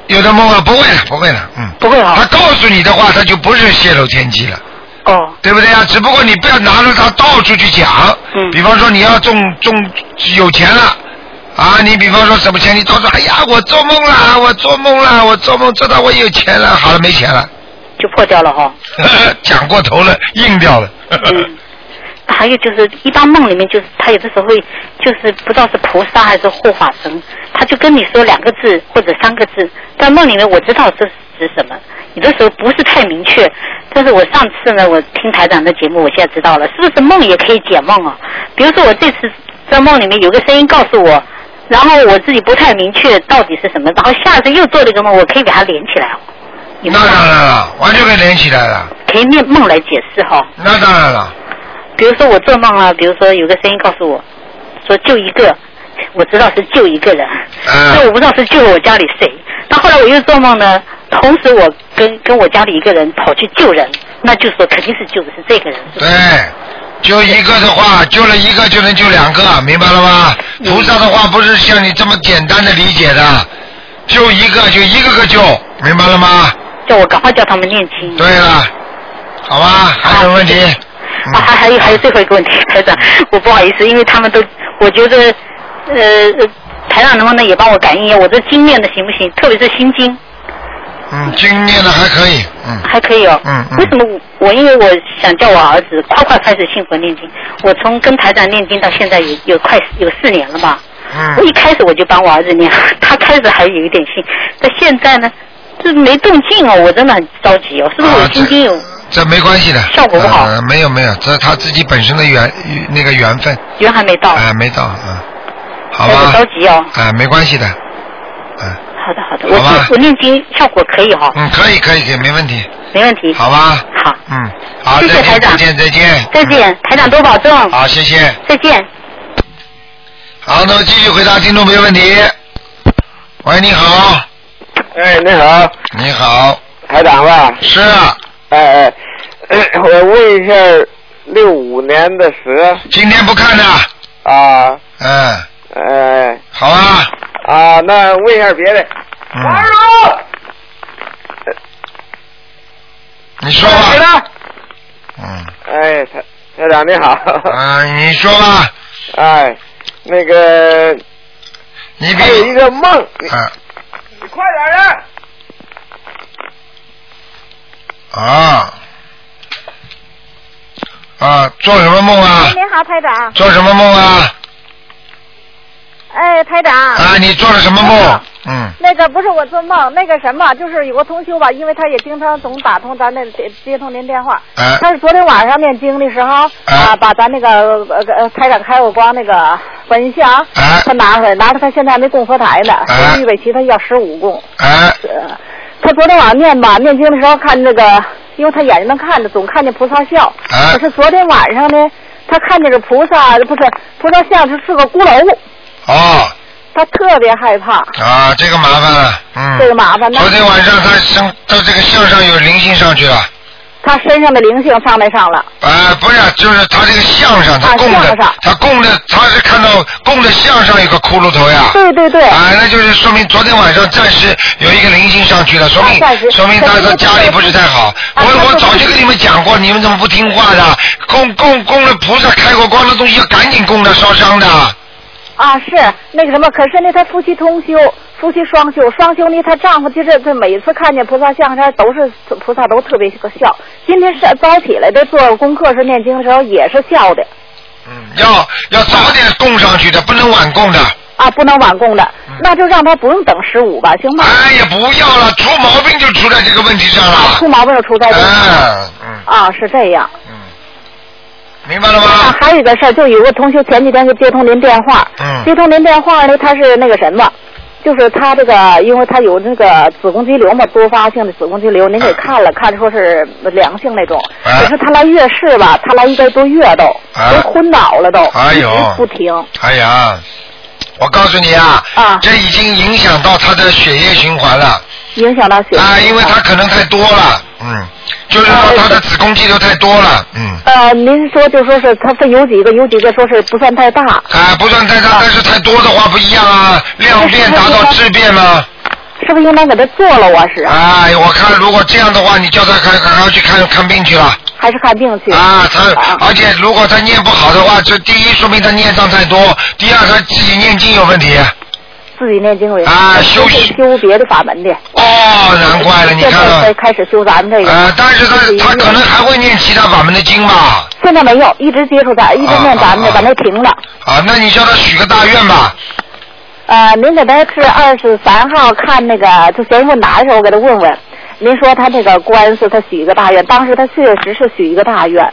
S2: 有的梦啊，不会了，不会了，嗯。
S9: 不会哈、啊
S2: 他告诉你的话，他就不是泄露天机了。
S9: 哦。
S2: 对不对啊？只不过你不要拿着它到处去讲。嗯。比方说你要中中有钱了。啊，你比方说什么钱？你到处哎呀，我做梦啦，我做梦啦，我做梦，知道我有钱了，好了，没钱了，
S9: 就破掉了哈、 嗯
S2: 讲过头了，硬掉了。
S9: 还有就是，一般梦里面就是他有的时候会，就是不知道是菩萨还是护法神，他就跟你说两个字或者三个字，但梦里面我知道这是指什么，有的时候不是太明确。但是我上次呢，我听台长的节目，我现在知道了，是不是梦也可以解梦啊？比如说我这次在梦里面有个声音告诉我，然后我自己不太明确到底是什么，然后下次又做了一个梦，我可以给它连起来哦，
S2: 那当然了，完全被连起来了。
S9: 可以念梦来解释哈。
S2: 那当然了，
S9: 比如说我做梦啊，比如说有个声音告诉我，说救一个，我知道是救一个人，
S2: 嗯
S9: 但我不知道是救了我家里谁。但后来我又做梦呢，同时我跟跟我家里一个人跑去救人，那就是说肯定是救的是这个人，是吧
S2: 对，就一个的话，救了一个就能救两个，明白了吗？
S9: 嗯
S2: 菩萨的话不是像你这么简单的理解的，救一个就一个个救，明白了吗？
S9: 叫我赶快叫他们念经。
S2: 对了，好吧，还有什么问题？嗯
S9: 啊，还还有还有最后一个问题，台长，我不好意思，因为他们都，我觉得，呃，台长能不能也帮我感应一下我这经念的行不行？特别是心经
S2: 嗯，经念的还可以，嗯
S9: 还可以哦。
S2: 嗯嗯
S9: 为什么我我因为我想叫我儿子快快开始信佛念经，我从跟台长念经到现在有有快有四年了吧。我
S2: 嗯，
S9: 一开始我就帮我儿子念， 他开始还有一点信，但现在呢，这没动静哦，我真的很着急哦，是不是我
S2: 啊
S9: 心经有
S2: 这没关系的，
S9: 效果不好
S2: 呃没有没有，这他自己本身的缘那个缘分，
S9: 缘还没到？
S2: 哎、没到，嗯，好吧
S9: 我着，急哦。
S2: 哎、没关系的，嗯
S9: 好的好的，
S2: 好吧
S9: 我我念经效果可以哈、哦
S2: 嗯，可以可以可以，没问题，
S9: 没问题。
S2: 好吧，
S9: 好，
S2: 嗯，好，
S9: 谢谢
S2: 再见
S9: 台长
S2: 再见再见，
S9: 再见，台长多保重。
S2: 嗯，好，谢谢。
S9: 再见。
S2: 好，那么继续回答听众朋友问题。喂，你好，
S11: 哎，你好，
S2: 你好，
S11: 台长吧？
S2: 是啊，
S11: 哎 哎，我问一下，六五年的蛇
S2: 今天不看的，
S11: 啊，
S2: 嗯，
S11: 哎
S2: 好啊，
S11: 啊，那问一下别的。
S2: 嗯，
S11: 楼，
S2: 你说吧，
S11: 了。
S2: 嗯，
S11: 哎，台台长你好。
S2: 啊，你说吧，
S11: 哎，那个
S2: 你比
S11: 还，有一个梦，你
S2: 啊
S11: 你快点啊！
S2: 啊啊，做什么梦啊？
S12: 哎您好，台长。
S2: 做什么梦啊？
S12: 哎，台长。
S2: 啊，你做了什么梦？嗯，
S12: 那个不是我做梦，那个什么，就是有个同修吧，因为他也经常总打通咱那接接通您电话。
S2: 哎
S12: 他是昨天晚上念经的时候啊，
S2: 哎
S12: 把咱那个呃呃台长开过光那个本相，
S2: 哎
S12: 他拿出来，拿着他现在还没供佛台呢，
S2: 哎
S12: 我预备齐他要十五供。
S2: 哎，
S12: 呃他昨天晚上念吧，念经的时候看那个，因为他眼睛能看着，总看见菩萨像。
S2: 哎
S12: 可是昨天晚上呢，他看见这菩萨不是菩萨像是是个骷髅，
S2: 哦，
S12: 他特别害怕。
S2: 啊，这个麻烦了，嗯，
S12: 这个麻烦，那
S2: 昨天晚上他上到这个项上有灵性上去了，
S12: 他身上的灵性上没上了？
S2: 呃，不是，就是他这个项上，他
S12: 啊
S2: 供的
S12: 项上，
S2: 他供的，他是看到供的项上有个骷髅头呀，
S12: 对对对，
S2: 啊，那就是说明昨天晚上暂时有一个灵性上去了，说明
S12: 啊暂时
S2: 说明他他家里不是太好。我
S12: 啊对
S2: 我
S12: 对
S2: 早
S12: 对
S2: 就跟你们讲过，你们怎么不听话的？供供供了菩萨开过光的东西要赶紧供的烧伤的。
S12: 啊是那个什么，可是呢，他夫妻通修，夫妻双修，双修呢，她丈夫就是他每次看见菩萨像，他都是菩萨都特别个笑。今天是早起来的做功课时念经的时候也是笑的
S2: 嗯，要要早点供上去的，不能晚供的。
S12: 啊，不能晚供的，那就让他不用等十五吧，行吗？
S2: 嗯哎呀，不要了，出毛病就出在这个问题上
S12: 啊，
S2: 了
S12: 出。毛病就出在这儿。
S2: 嗯嗯
S12: 啊，是这样。
S2: 嗯，明白了
S12: 啊
S2: 吗？，
S12: 还有一个事儿，就有个同学前几天就接通您电话，
S2: 嗯
S12: 接通您电话呢，他是那个什么，就是他这个，因为他有那个子宫肌瘤嘛，多发性的子宫肌瘤，您
S2: 嗯
S12: 给看了，看说是良性那种，
S2: 啊
S12: 可是他来月事吧，他来一个多月都，
S2: 啊
S12: 都昏倒了都，
S2: 哎呦
S12: 一直不停，
S2: 哎呀，我告诉你啊，
S12: 啊
S2: 这已经影响到他的血液循环了。
S12: 影响到血液
S2: 啊，因为他可能太多了，嗯，就是说他的子宫肌瘤太多了，嗯，
S12: 呃，您说就说是他这有几个，有几个说是不算太大，
S2: 啊，不算太大，但是太多的话不一样啊，量变达到质变吗？
S12: 是不是应该给他做了啊？是，
S2: 哎，我看如果这样的话，你叫他赶赶快去看看病去了
S12: 还是看病去？
S2: 啊，他
S12: 啊
S2: 而且如果他念不好的话，这第一说明他念障太多，第二他自己念经有问题。
S12: 自己念经为
S2: 啊
S12: 他
S2: 休息
S12: 修别的法门的。
S2: 哦，难怪了，你看
S12: 现在
S2: 了，
S12: 开始修咱们这个。
S2: 呃，但是他他可能还会念其他法门的经吧。
S12: 现在没有，一直接触咱，一直念咱
S2: 啊啊
S12: 们的，
S2: 啊
S12: 把那停了。
S2: 啊，那你叫他许个大愿吧，
S12: 呃，您给他是二十三号看那个，就嫌疑问答的时候，我给他问问。您说他这个官司，他许一个大愿，当时他确实是许一个大愿，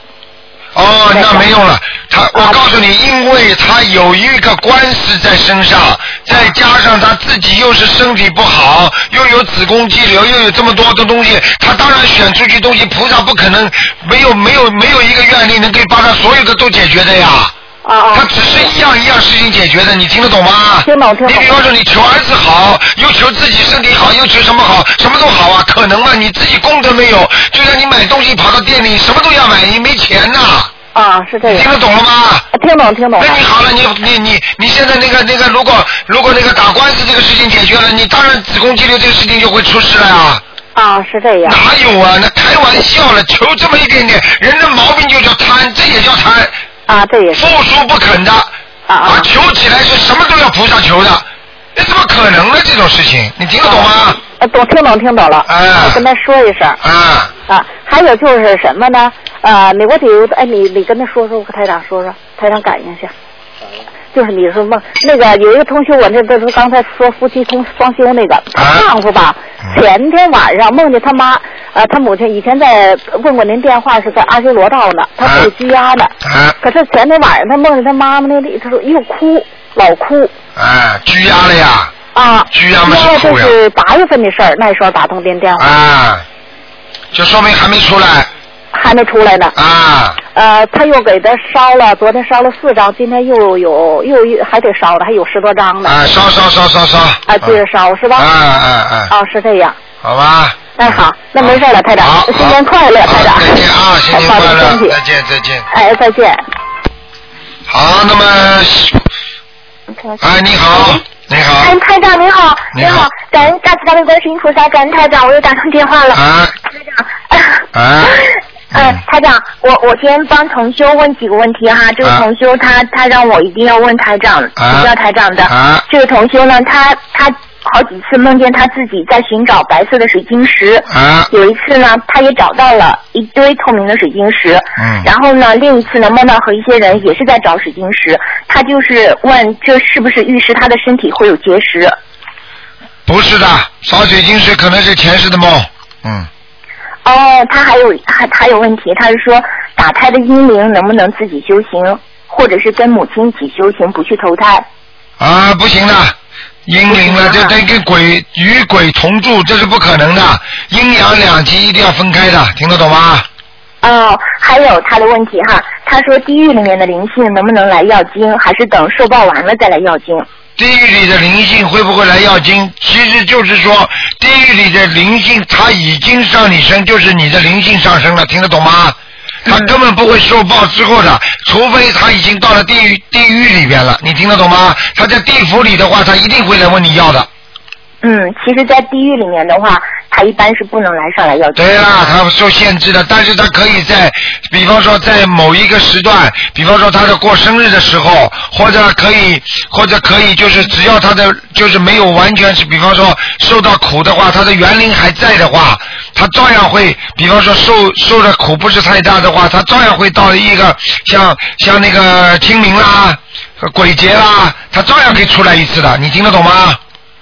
S2: 哦，那没用了。他，我告诉你，因为他有一个官司在身上，再加上他自己又是身体不好，又有子宫肌瘤，又有这么多的东西，他当然选出去东西，菩萨不可能没有没有没有一个愿力能给把他所有的都解决的呀。
S12: 啊
S2: 他只是一样一样事情解决的，你听得懂吗？听懂，听懂。你比方说，你求儿子好，又求自己身体好，又求什么好，什么都好啊，可能吗？你自己功德没有，就像你买东西跑到店里，什么都要买，你没钱呐、
S12: 啊，是这个。
S2: 听得懂了吗？
S12: 听懂，听懂。
S2: 那你好了，你你你你现在那个那个，如果如果那个打官司这个事情解决了，你当然子宫肌瘤这个事情就会出事了呀、
S12: 啊，是这样。
S2: 哪有啊？那开玩笑了，求这么一点点，人的毛病就叫贪，这也叫贪。
S12: 啊，这也
S2: 是。付出不肯的。啊啊。求起来是什么都要菩萨求的，那怎么可能呢？这种事情，你听得懂吗？
S12: 啊，懂，听懂，听懂了。我跟他说一声。
S2: 啊。
S12: 啊，还有就是什么呢？啊，你我得有，哎，你你跟他说说，我跟台长说说，台长感应一下。
S2: 啊
S12: 就是你说梦，那个有一个同修，我这这是刚才说夫妻同双修那个，她
S2: 啊
S12: 丈夫吧，
S2: 嗯
S12: 前天晚上梦见他妈，呃，他母亲以前在问过您电话是在阿修罗道呢，
S2: 啊
S12: 他被拘押呢，可是前天晚上他梦见他妈妈那里，他说又哭，老哭
S2: 哎，拘押了呀，
S12: 啊，
S2: 拘押嘛
S12: 然后
S2: 是
S12: 这
S2: 哭呀
S12: 是八月份的事儿，那时候打通您电话
S2: 啊，就说明还没出来
S12: 还没出来呢，
S2: 啊。
S12: 呃，他又给他烧了，昨天烧了四张，今天又有又又还得烧了，还有十多张呢。
S2: 啊，烧烧烧烧烧。
S12: 啊，接着烧是吧？
S2: 啊啊啊！
S12: 哦，是这样。
S2: 好吧，
S12: 哎，好，那没事了，台长，新年快乐，台长。再见
S2: 啊，新 年快乐，再见再见。
S12: 哎，再见。
S2: 好，那么，哎，你好，你好，
S8: 哎，台长您好，您好，感恩大慈大悲观世音菩萨，感恩台长，我又打通电话了。
S2: 啊，啊，
S8: 呃，台长，我我先帮同修问几个问题哈。这个同修他、他让我一定要问台长，
S13: 啊
S8: 请教台长的。
S13: 啊
S8: 这个同修呢，他他好几次梦见他自己在寻找白色的水晶石。
S13: 啊
S8: 有一次呢，他也找到了一堆透明的水晶石。
S13: 嗯
S8: 然后呢，另一次呢，梦到和一些人也是在找水晶石，他就是问这是不是预示他的身体会有结石？
S2: 不是的，烧水晶石可能是前世的梦，嗯，
S8: 哦，他还有还还有问题，他是说打胎的婴灵能不能自己修行，或者是跟母亲一起修行，不去投胎？
S2: 啊，不行的，阴灵了，这这跟鬼与鬼同住，这是不可能的，阴阳两极一定要分开的，听得懂吗？
S8: 哦，还有他的问题哈，他说地狱里面的灵性能不能来要经，还是等受报完了再来要经？
S2: 地狱里的灵性会不会来要经？其实就是说，地狱里的灵性它已经上你身，就是你的灵性上升了，听得懂吗？它根本不会受报之后的，除非它已经到了地狱地狱里边了，你听得懂吗？它在地府里的话，它一定会来问你要的。
S8: 嗯，其实，在地狱里面的话，他一般是不能来上来要经。
S2: 对啦，它受限制的，但是它可以在，比方说在某一个时段，比方说他在过生日的时候，或者可以，或者可以就是只要他的就是没有完全是，比方说受到苦的话，他的园林还在的话，他照样会，比方说受受的苦不是太大的话，他照样会到一个像像那个清明啦、呃鬼节啦，他照样可以出来一次的，你听得懂吗？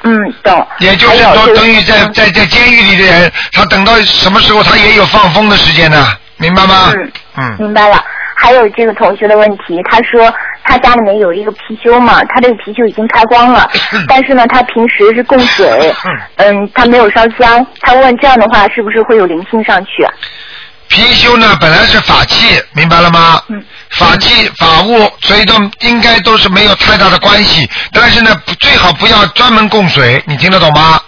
S8: 嗯，懂。
S2: 也就是
S8: 还有
S2: 说，
S8: 就是
S2: 等于在在在监狱里的人，他等到什么时候，他也有放风的时间呢？明白吗？
S8: 嗯
S2: 嗯
S8: 明白了。还有这个同学的问题，他说他家里面有一个貔貅嘛，他这个貔貅已经开光了，但是呢，他平时是供水，嗯，他没有烧香。他问这样的话，是不是会有灵性上去、啊？
S2: 貔貅呢，本来是法器，明白了吗？嗯。法器、法物，所以都应该都是没有太大的关系。但是呢，不最好不要专门供水，你听得懂吗？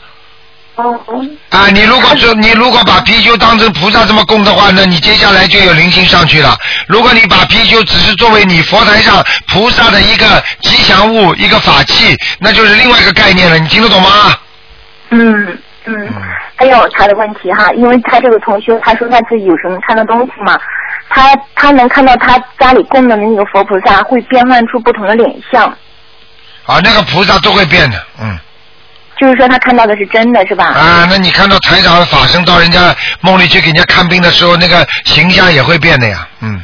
S2: 啊，你如果说你如果把貔貅当成菩萨这么供的话呢，你接下来就有灵性上去了。如果你把貔貅只是作为你佛台上菩萨的一个吉祥物、一个法器，那就是另外一个概念了。你听得懂吗？
S8: 嗯嗯，还有他的问题哈，因为他这个同学他说他自己有什么看到东西嘛，他他能看到他家里供的那个佛菩萨会变换出不同的脸相，
S2: 啊，那个菩萨都会变的，嗯。
S8: 就是说他看到的是真的是吧？
S2: 啊，那你看到台长的法身到人家梦里去给人家看病的时候，那个形象也会变的呀，嗯。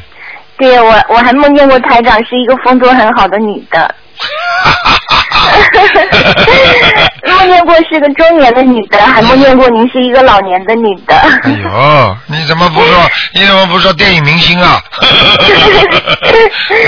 S8: 对我我还梦见过台长 是一个风度很好的女的。梦梦见过是个中年的女的，还梦见过您是一个老年的女 的。
S2: 哎呦，你怎么不说？你怎么不说电影明星 啊？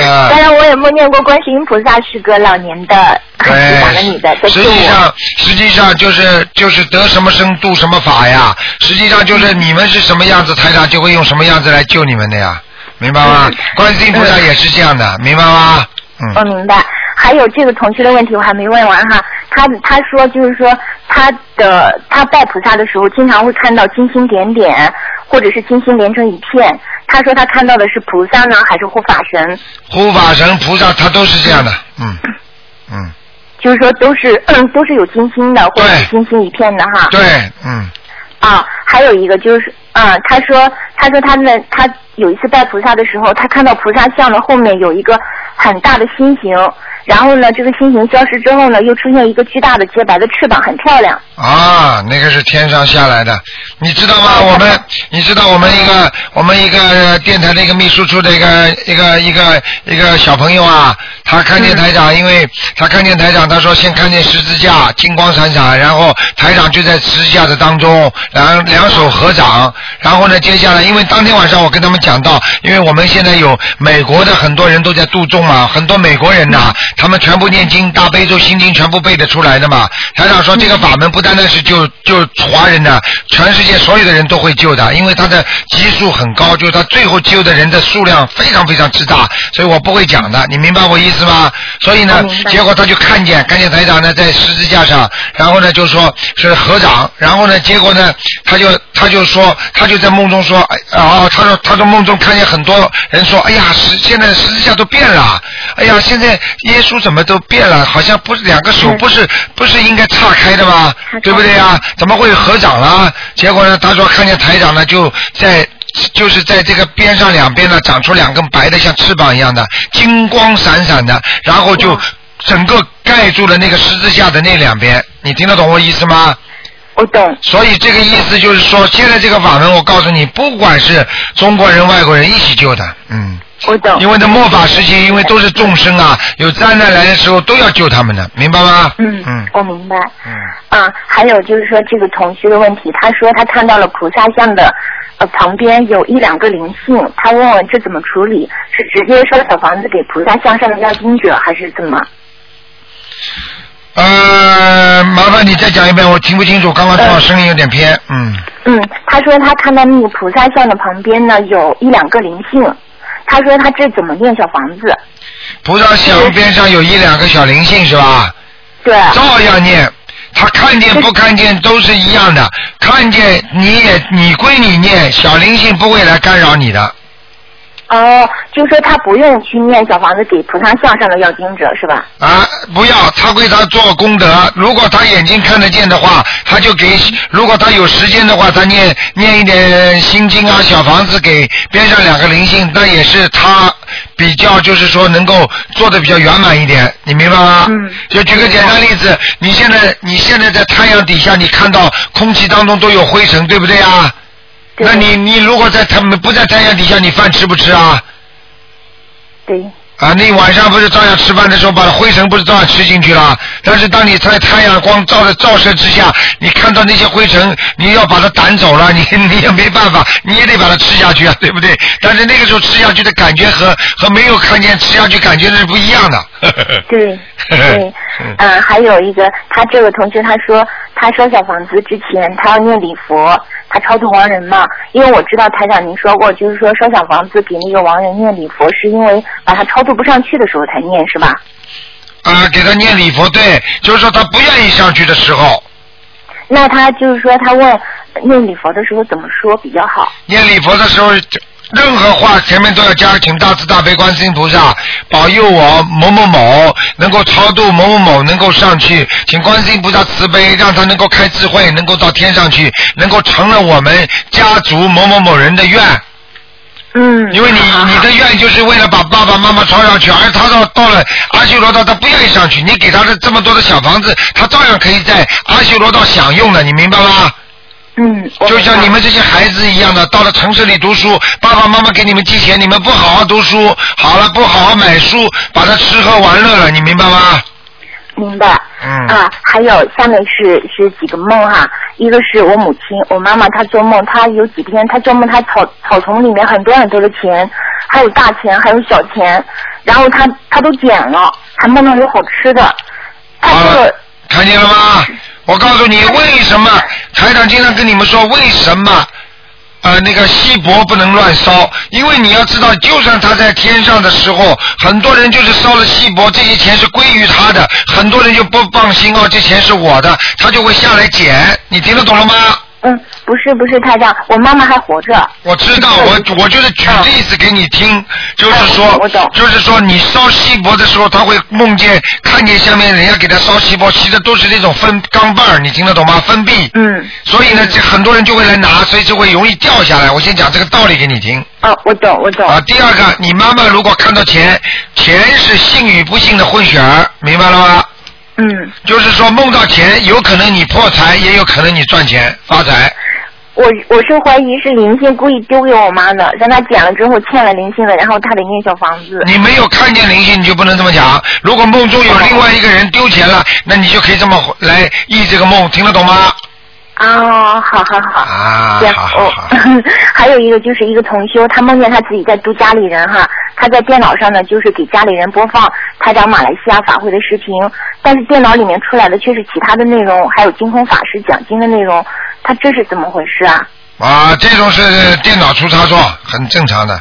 S2: 啊
S8: 当然，我也梦见过观世音菩萨是个老年的
S2: 对，
S8: 女的在
S2: 哎实
S8: 救
S2: 际上
S8: 我。，
S2: 实际上就是就是得什么生度什么法呀。实际上就是你们是什么样子，台长就会用什么样子来救你们的呀，明白吗？观世音菩萨也是这样的，明白吗？嗯
S8: 我哦明白。还有这个同学的问题我还没问完哈，他他说就是说他的他拜菩萨的时候，经常会看到金星点点，或者是金星连成一片。他说他看到的是菩萨呢，还是护法神？
S2: 护法神菩萨他都是这样的，嗯。
S8: 就是说都是嗯都是有金星的，或者是金星一片的哈。
S2: 对，嗯，
S8: 啊，还有一个就是，啊，他说，他说他们他有一次拜菩萨的时候，他看到菩萨像的后面有一个很大的心形，然后呢，这个心形消失之后呢，又出现一个巨大的洁白的翅膀，很漂亮。
S2: 啊，那个是天上下来的，你知道吗？我们，你知道我们一个我们一个电台的一个秘书处的一个一个一个一个小朋友啊，他看见台长，因为他看见台长，他说先看见十字架金光闪闪，然后台长就在十字架的当中，然后两手合掌，然后呢，接下来因为当天晚上我跟他们讲到，因为我们现在有美国的很多人都在度众嘛，很多美国人呐、他们全部念经大悲咒心经全部背得出来的嘛。台长说这个法门不单单是
S3: 嗯
S2: 救救华人的、全世界所有的人都会救的，因为他的基数很高，就是他最后救的人的数量非常非常之大，所以我不会讲的，你明白我意思吗？所以呢
S3: 我明，白
S2: 结果他就看见看见台长呢在十字架上，然后呢就说是合掌，然后呢结果呢他就他就说他就在梦中说，哎啊，他说他说梦中看见很多人说，哎呀，十现在十字架都变了，哎呀，现在耶稣怎么都变了，好像不是两个手不是不是应该岔开的吗？对不对呀？怎么会合掌了？结果呢，他说看见台长呢就在就是在这个边上两边呢长出两根白的像翅膀一样的，金光闪闪的，然后就整个盖住了那个十字架的那两边。你听得懂我意思吗？
S8: 我懂。
S2: 所以这个意思就是说，现在这个法门，我告诉你，不管是中国人、外国人一起救的，嗯。
S8: 我懂。
S2: 因为在末法时期，因为都是众生啊，有灾难来的时候都要救他们的，明白吗？
S8: 嗯
S2: 嗯
S8: 我明白。啊，还有就是说这个同居的问题，他说他看到了菩萨像的呃旁边有一两个灵性，他问我这怎么处理？是直接烧小房子给菩萨像上的要经者，还是怎么？
S2: 呃，麻烦你再讲一遍，我听不清楚，刚刚正好声音有点偏，嗯。
S8: 嗯，他说他看到那个菩萨像的旁边呢有一两个灵性，他说他这怎么念小房子？
S2: 菩萨像边上有一两个小灵性是吧？
S8: 嗯对。啊
S2: 照样念，他看见不看见都是一样的，看见你也你归你念，小灵性不会来干扰你的。
S8: 哦，就是说他不用去念小房子给菩萨像上的要经者是吧？
S2: 啊，不要，他为他做功德。如果他眼睛看得见的话，他就给；如果他有时间的话，他念念一点心经啊，小房子给边上两个灵性，那也是他比较就是说能够做的比较圆满一点，你明白吗？嗯。就举个简单例子，你现在你现在在太阳底下，你看到空气当中都有灰尘，对不对啊？那你你如果在太不在太阳底下，你饭吃不吃啊？
S8: 对。
S2: 啊，你晚上不是照样吃饭的时候把灰尘不是照样吃进去了？但是当你在太阳光照的照射之下，你看到那些灰尘，你要把它掸走了，你 你也没办法，你也得把它吃下去啊，对不对？但是那个时候吃下去的感觉和和没有看见吃下去感觉是不一样的。
S8: 对， 对，嗯，还有一个，他这个同学他说，他烧小房子之前，他要念礼佛，他超度亡人嘛。因为我知道台长您说过，就是说烧小房子给那个亡人念礼佛，是因为把他超度不上去的时候才念，是吧？
S2: 啊，给他念礼佛，对，就是说他不愿意上去的时候，
S8: 那他就是说，他问呃念礼佛的时候怎么说比较好？
S2: 念礼佛的时候，任何话前面都要加，请大慈大悲观世音菩萨保佑我某某某能够超度某某某能够上去，请观世音菩萨慈悲，让他能够开智慧，能够到天上去，能够成了我们家族某某某人的愿。
S8: 嗯，
S2: 因为你你的愿就是为了把爸爸妈妈抄上去，而他到到了阿修罗道，他不愿意上去，你给他的这么多的小房子，他照样可以在阿修罗道享用的，你明白吗？
S8: 嗯，
S2: 就像你们这些孩子一样的，到了城市里读书，爸爸妈妈给你们寄钱，你们不好好读书，好了不好好买书，把它吃喝玩乐了，你明白吗？
S8: 明白。
S2: 嗯
S8: 啊，还有下面是是几个梦哈、一个是我母亲，我妈妈她做梦，她有几天她做梦她草草丛里面很多很多的钱，还有大钱，还有小钱，然后她她都捡了，还梦到有好吃的，
S2: 看见了吗？我告诉你，为什么台长经常跟你们说为什么？呃，那个锡箔不能乱烧，因为你要知道，就算他在天上的时候，很多人就是烧了锡箔，这些钱是归于他的，很多人就不放心哦，这钱是我的，他就会下来捡。你听得懂了吗？
S8: 嗯，不是不是太长，我妈妈还活着。嗯
S2: 我知道，我我就是举例子给你听，就是说，就是说你烧锡箔的时候，他会梦见看见下面人家给他烧锡箔，其实都是那种分钢镚儿，你听得懂吗？分币。
S8: 嗯。
S2: 所以呢，这很多人就会来拿，所以就会容易掉下来。我先讲这个道理给你听。
S8: 哦，我懂，我懂。
S2: 啊，第二个，你妈妈如果看到钱，钱是幸与不幸的混血儿，明白了吗？
S8: 嗯。
S2: 就是说，梦到钱，有可能你破财，也有可能你赚钱发财。
S8: 我我是怀疑是灵性故意丢给我妈的，让她捡了之后欠了灵性的，然后她得念小房子。
S2: 你没有看见灵性，你就不能这么讲。如果梦中有另外一个人丢钱了，那你就可以这么来译这个梦，听得懂吗？
S8: 哦，好好好。
S2: 啊，
S8: 行，
S2: 好
S8: 我、 还有一个就是一个同修，他梦见他自己在度家里人哈，他在电脑上呢就是给家里人播放台长马来西亚法会的视频，但是电脑里面出来的却是其他的内容，还有精通法师讲经的内容，他这是怎么回事啊？
S2: 啊，这种是电脑出差错，很正常的。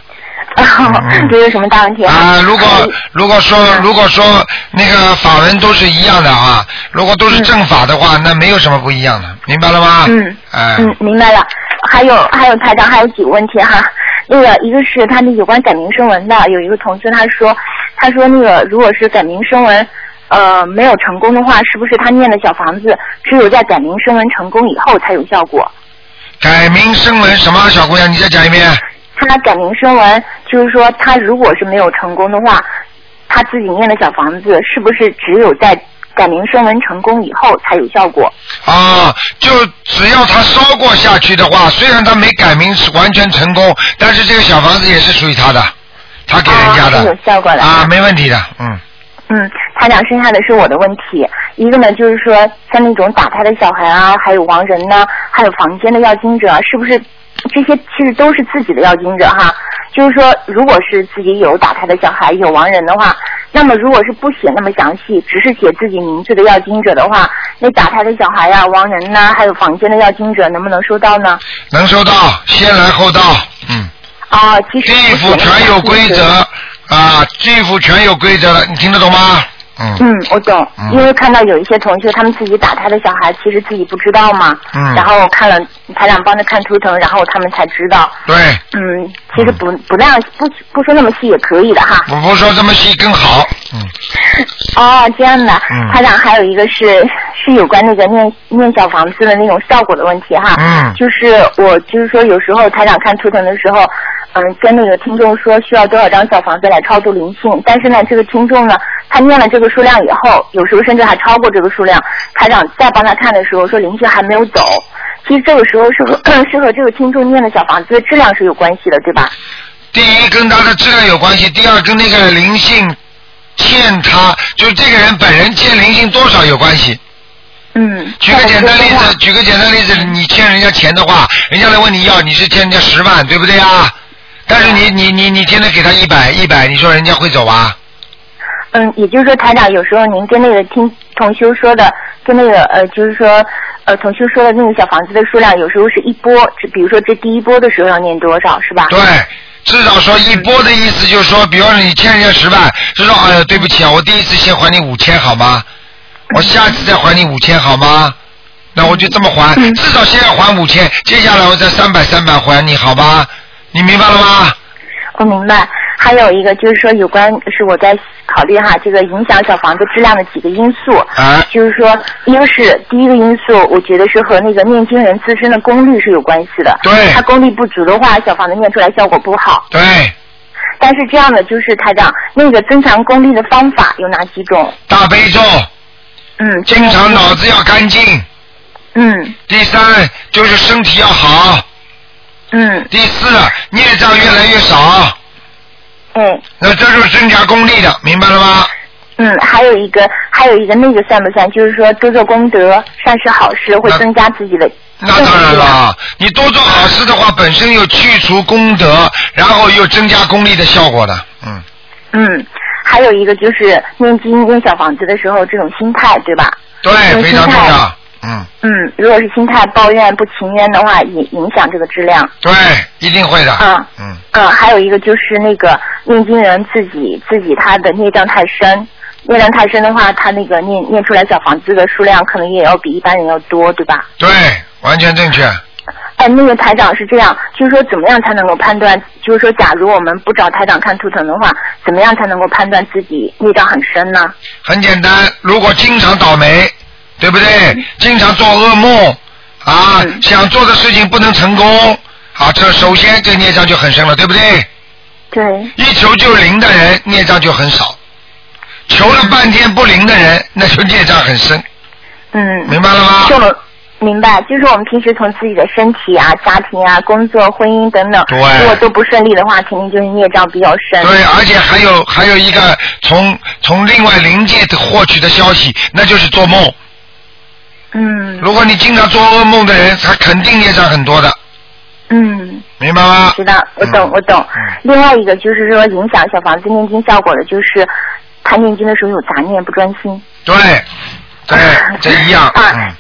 S8: 哦
S2: 嗯
S8: 这有什么大问题哎嗯
S2: 啊？如果如果说如果说那个法文都是一样的啊，如果都是正法的话，那没有什么不一样的，明白了吗？
S8: 嗯。
S2: 哎，
S8: 嗯，明白了。还有还有，台长还有几个问题哈。那个一个是他那有关改名声纹的，有一个同学他说，他说那个如果是改名声纹，呃，没有成功的话，是不是他念的小房子只有在改名声纹成功以后才有效果？
S2: 改名声纹什么？小姑娘，你再讲一遍。
S8: 他改名声纹就是说，他如果是没有成功的话，他自己念的小房子是不是只有在改名声纹成功以后才有效果？
S2: 啊，就只要他烧过下去的话，虽然他没改名是完全成功，但是这个小房子也是属于他的，他给人家
S8: 啊是
S2: 的
S8: 有效果的
S2: 啊，没问题的，嗯，
S8: 嗯，他俩剩下的是我的问题，一个呢就是说像那种打胎的小孩啊，还有亡人呐、还有房间的要经者啊，是不是这些其实都是自己的要经者哈？就是说，如果是自己有打胎的小孩，有亡人的话，那么如果是不写那么详细，只是写自己名字的要经者的话，那打胎的小孩呀、亡人呐、还有房间的要经者能不能收到呢？
S2: 能收到，先来后到，嗯，
S8: 啊，其实
S2: 地
S8: 地
S2: 府全有规则啊，地府全有规则的，你听得懂吗？嗯，
S8: 嗯，我懂，因为看到有一些同学他们自己打胎的小孩，其实自己不知道嘛。
S2: 嗯
S8: 然后看了台长帮着看图腾，然后他们才知道。
S2: 对，
S8: 嗯，其实不不那样不不说那么细也可以的哈。
S2: 我不说这么细更好，嗯，
S8: 哦，这样的。
S2: 嗯
S8: 台长还有一个是是有关那个念念小房子的那种效果的问题哈。
S2: 嗯
S8: 就是我就是说有时候台长看图腾的时候，嗯，跟那个听众说需要多少张小房子来超度灵性，但是呢，这个听众呢，他念了这个数量以后，有时候甚至还超过这个数量，台长再帮他看的时候说灵性还没有走。其实这个时候是和 是和这个听众念的小房子的质量是有关系的，对吧？
S2: 第一跟他的质量有关系，第二跟那个灵性欠他，就这个人本人欠灵性多少有关系。
S8: 嗯。
S2: 举个简单例子，举个简单例子，你欠人家钱的话，人家来问你要，你是欠人家十万，对不对啊？但是你你你你天天给他一百一百，你说人家会走啊？
S8: 嗯，也就是说，台长有时候您跟那个听同修说的，跟那个呃，就是说呃，同修说的那个小房子的数量，有时候是一波，只比如说这第一波的时候要念多少，是吧？
S2: 对，至少说一波的意思就是说，比方说你欠人家十万，就说哎呀对不起啊，我第一次先还你五千好吗？我下次再还你五千好吗？那我就这么还，
S8: 嗯
S2: 至少先要还五千，接下来我再三百三百还你好吧？你明白了吗？
S8: 我明白。还有一个就是说，有关是我在考虑哈，这个影响小房子质量的几个因素。
S2: 啊。
S8: 就是说，一个是第一个因素，我觉得是和那个念经人自身的功力是有关系的。
S2: 对。
S8: 他功力不足的话，小房子念出来效果不好。
S2: 对。
S8: 但是这样的就是台长，那个增强功力的方法有哪几种？
S2: 大悲咒。
S8: 嗯。
S2: 经常脑子要干净。
S8: 嗯。
S2: 第三就是身体要好。
S8: 嗯。
S2: 第四，孽障越来越少。
S8: 嗯。
S2: 那这就是增加功力的，明白了吗？
S8: 嗯，还有一个，还有一个，那个算不算？就是说多做功德，善事好事，会增加自己的。
S2: 那当然了，你多做好事的话，本身又去除功德，然后又增加功力的效果的。嗯，
S8: 嗯，还有一个就是念经、念小房子的时候，这种心态，对吧？
S2: 对，哎非常重要。嗯，
S8: 嗯，如果是心态抱怨、不情愿的话，也影响这个质量。
S2: 对，一定会的。
S8: 嗯
S2: 嗯
S8: 嗯，还有一个就是那个念经人自己自己他的孽障太深，孽障太深的话，他那个念念出来小房子的数量可能也要比一般人要多，对吧？
S2: 对，完全正确。
S8: 哎，那个台长是这样，就是说怎么样才能够判断？就是说，假如我们不找台长看图腾的话，怎么样才能够判断自己孽障很深呢？
S2: 很简单，如果经常倒霉，对不对？经常做噩梦啊，想做的事情不能成功，好，这首先这孽障就很深了，对不对？
S8: 对。
S2: 一求就灵的人，孽障就很少；求了半天不灵的人，那就孽障很深。
S8: 嗯，
S2: 明白了吗？
S8: 就明白，就是我们平时从自己的身体啊、家庭啊、工作、婚姻等等，
S2: 对
S8: 如果都不顺利的话，肯定就是孽障比较深。
S2: 对，而且还有还有一个从从另外灵界获取的消息，那就是做梦。
S8: 嗯
S2: 如果你经常做噩梦的人，他肯定孽障啊很多的，
S8: 嗯，
S2: 明白吗？
S8: 知道，我
S2: 嗯
S8: 懂，我懂。另外一个就是说，影响小房子念经效果的，就是他念经的时候有杂念，不专心。
S2: 对，对，这一样。嗯，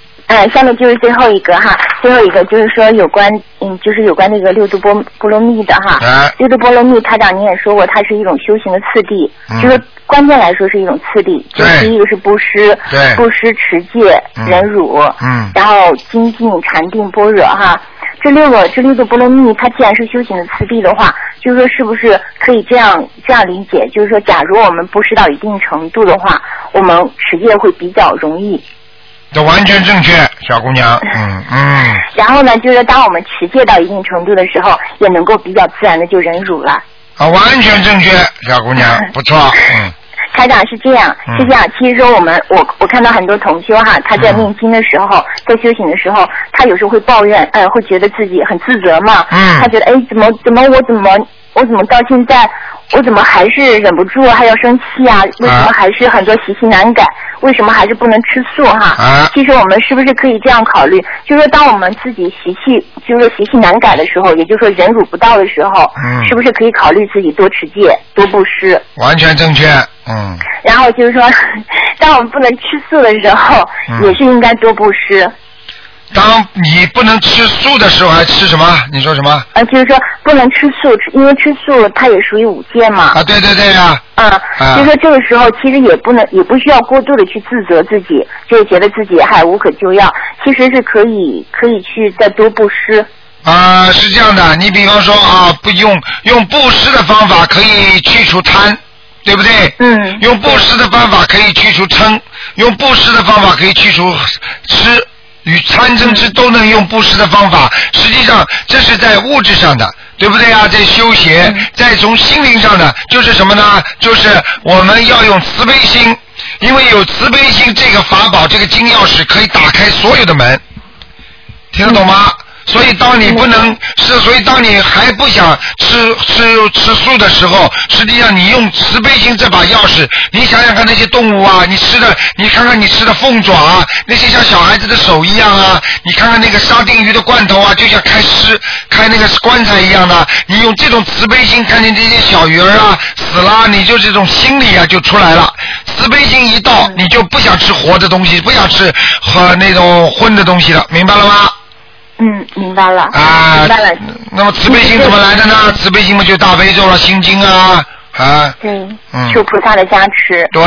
S8: 嗯，下面就是最后一个哈，最后一个就是说有关，嗯，就是有关那个六度波波罗蜜的哈。
S2: 哎
S8: 六度波罗蜜，台长您也说过，它是一种修行的次第，
S2: 嗯
S8: 就是关键来说是一种次第。就
S2: 对
S8: 第一个是布施，
S2: 对
S8: 布施持戒、
S2: 嗯
S8: 忍辱，
S2: 嗯
S8: 然后精进、禅定、般若哈。这六个这六个波罗蜜，它既然是修行的次第的话，就是说是不是可以这样这样理解？就是说，假如我们布施到一定程度的话，我们持戒会比较容易。
S2: 这完全正确，小姑娘。嗯嗯，
S8: 然后呢，就是当我们持戒到一定程度的时候，也能够比较自然的就忍辱了。
S2: 啊，完全正确，小姑娘，不错。嗯，
S8: 台长是这样，
S2: 嗯
S8: 是这样。其实说我们，我我看到很多同修哈，他在念经的时候，在修行的时候，他有时候会抱怨，呃，会觉得自己很自责嘛。
S2: 嗯
S8: 他觉得，哎，怎么怎么我怎么我怎么到现在，我怎么还是忍不住还要生气啊？为什么还是很多习气难改？为什么还是不能吃素哈？
S2: 啊
S8: 其实我们是不是可以这样考虑？就是说，当我们自己习气，就是说习气难改的时候，也就是说忍辱不到的时候，
S2: 嗯
S8: 是不是可以考虑自己多持戒、多布施？
S2: 完全正确。嗯，
S8: 然后就是说，当我们不能吃素的时候，
S2: 嗯
S8: 也是应该多布施。
S2: 当你不能吃素的时候，还吃什么？你说什么？
S8: 呃，就是说不能吃素，因为吃素它也属于五戒嘛。
S2: 啊，对对对呀、
S8: 嗯，
S2: 啊
S8: 就是说这个时候其实也不能，也不需要过度的去自责自己，就是觉得自己还无可救药，其实是可以可以去再多布施。
S2: 啊、是这样的，你比方说啊，不用用布施的方法可以去除贪，对不对？
S8: 嗯。
S2: 用布施的方法可以去除嗔，用布施的方法可以去除吃与贪嗔痴都能用布施的方法。实际上，这是在物质上的，对不对啊？在修行，在从心灵上的，就是什么呢？就是我们要用慈悲心，因为有慈悲心这个法宝，这个金钥匙可以打开所有的门。听得懂吗？所以当你不能是，所以当你还不想吃吃吃素的时候，实际上你用慈悲心这把钥匙，你想想看那些动物啊，你吃的，你看看你吃的凤爪啊，那些像小孩子的手一样啊，你看看那个沙丁鱼的罐头啊，就像开尸开那个棺材一样的，啊你用这种慈悲心看见这些小鱼儿啊死啦，你就这种心理啊就出来了，慈悲心一到，你就不想吃活的东西，不想吃和那种荤的东西了，明白了吗？
S8: 嗯，明白了。
S2: 啊
S8: 明白了。
S2: 那么慈悲心怎么来的
S8: 嗯
S2: 呢？慈悲心嘛，就大悲咒了、心经啊啊，
S8: 对，
S2: 嗯
S8: 求菩萨的加持。
S2: 对，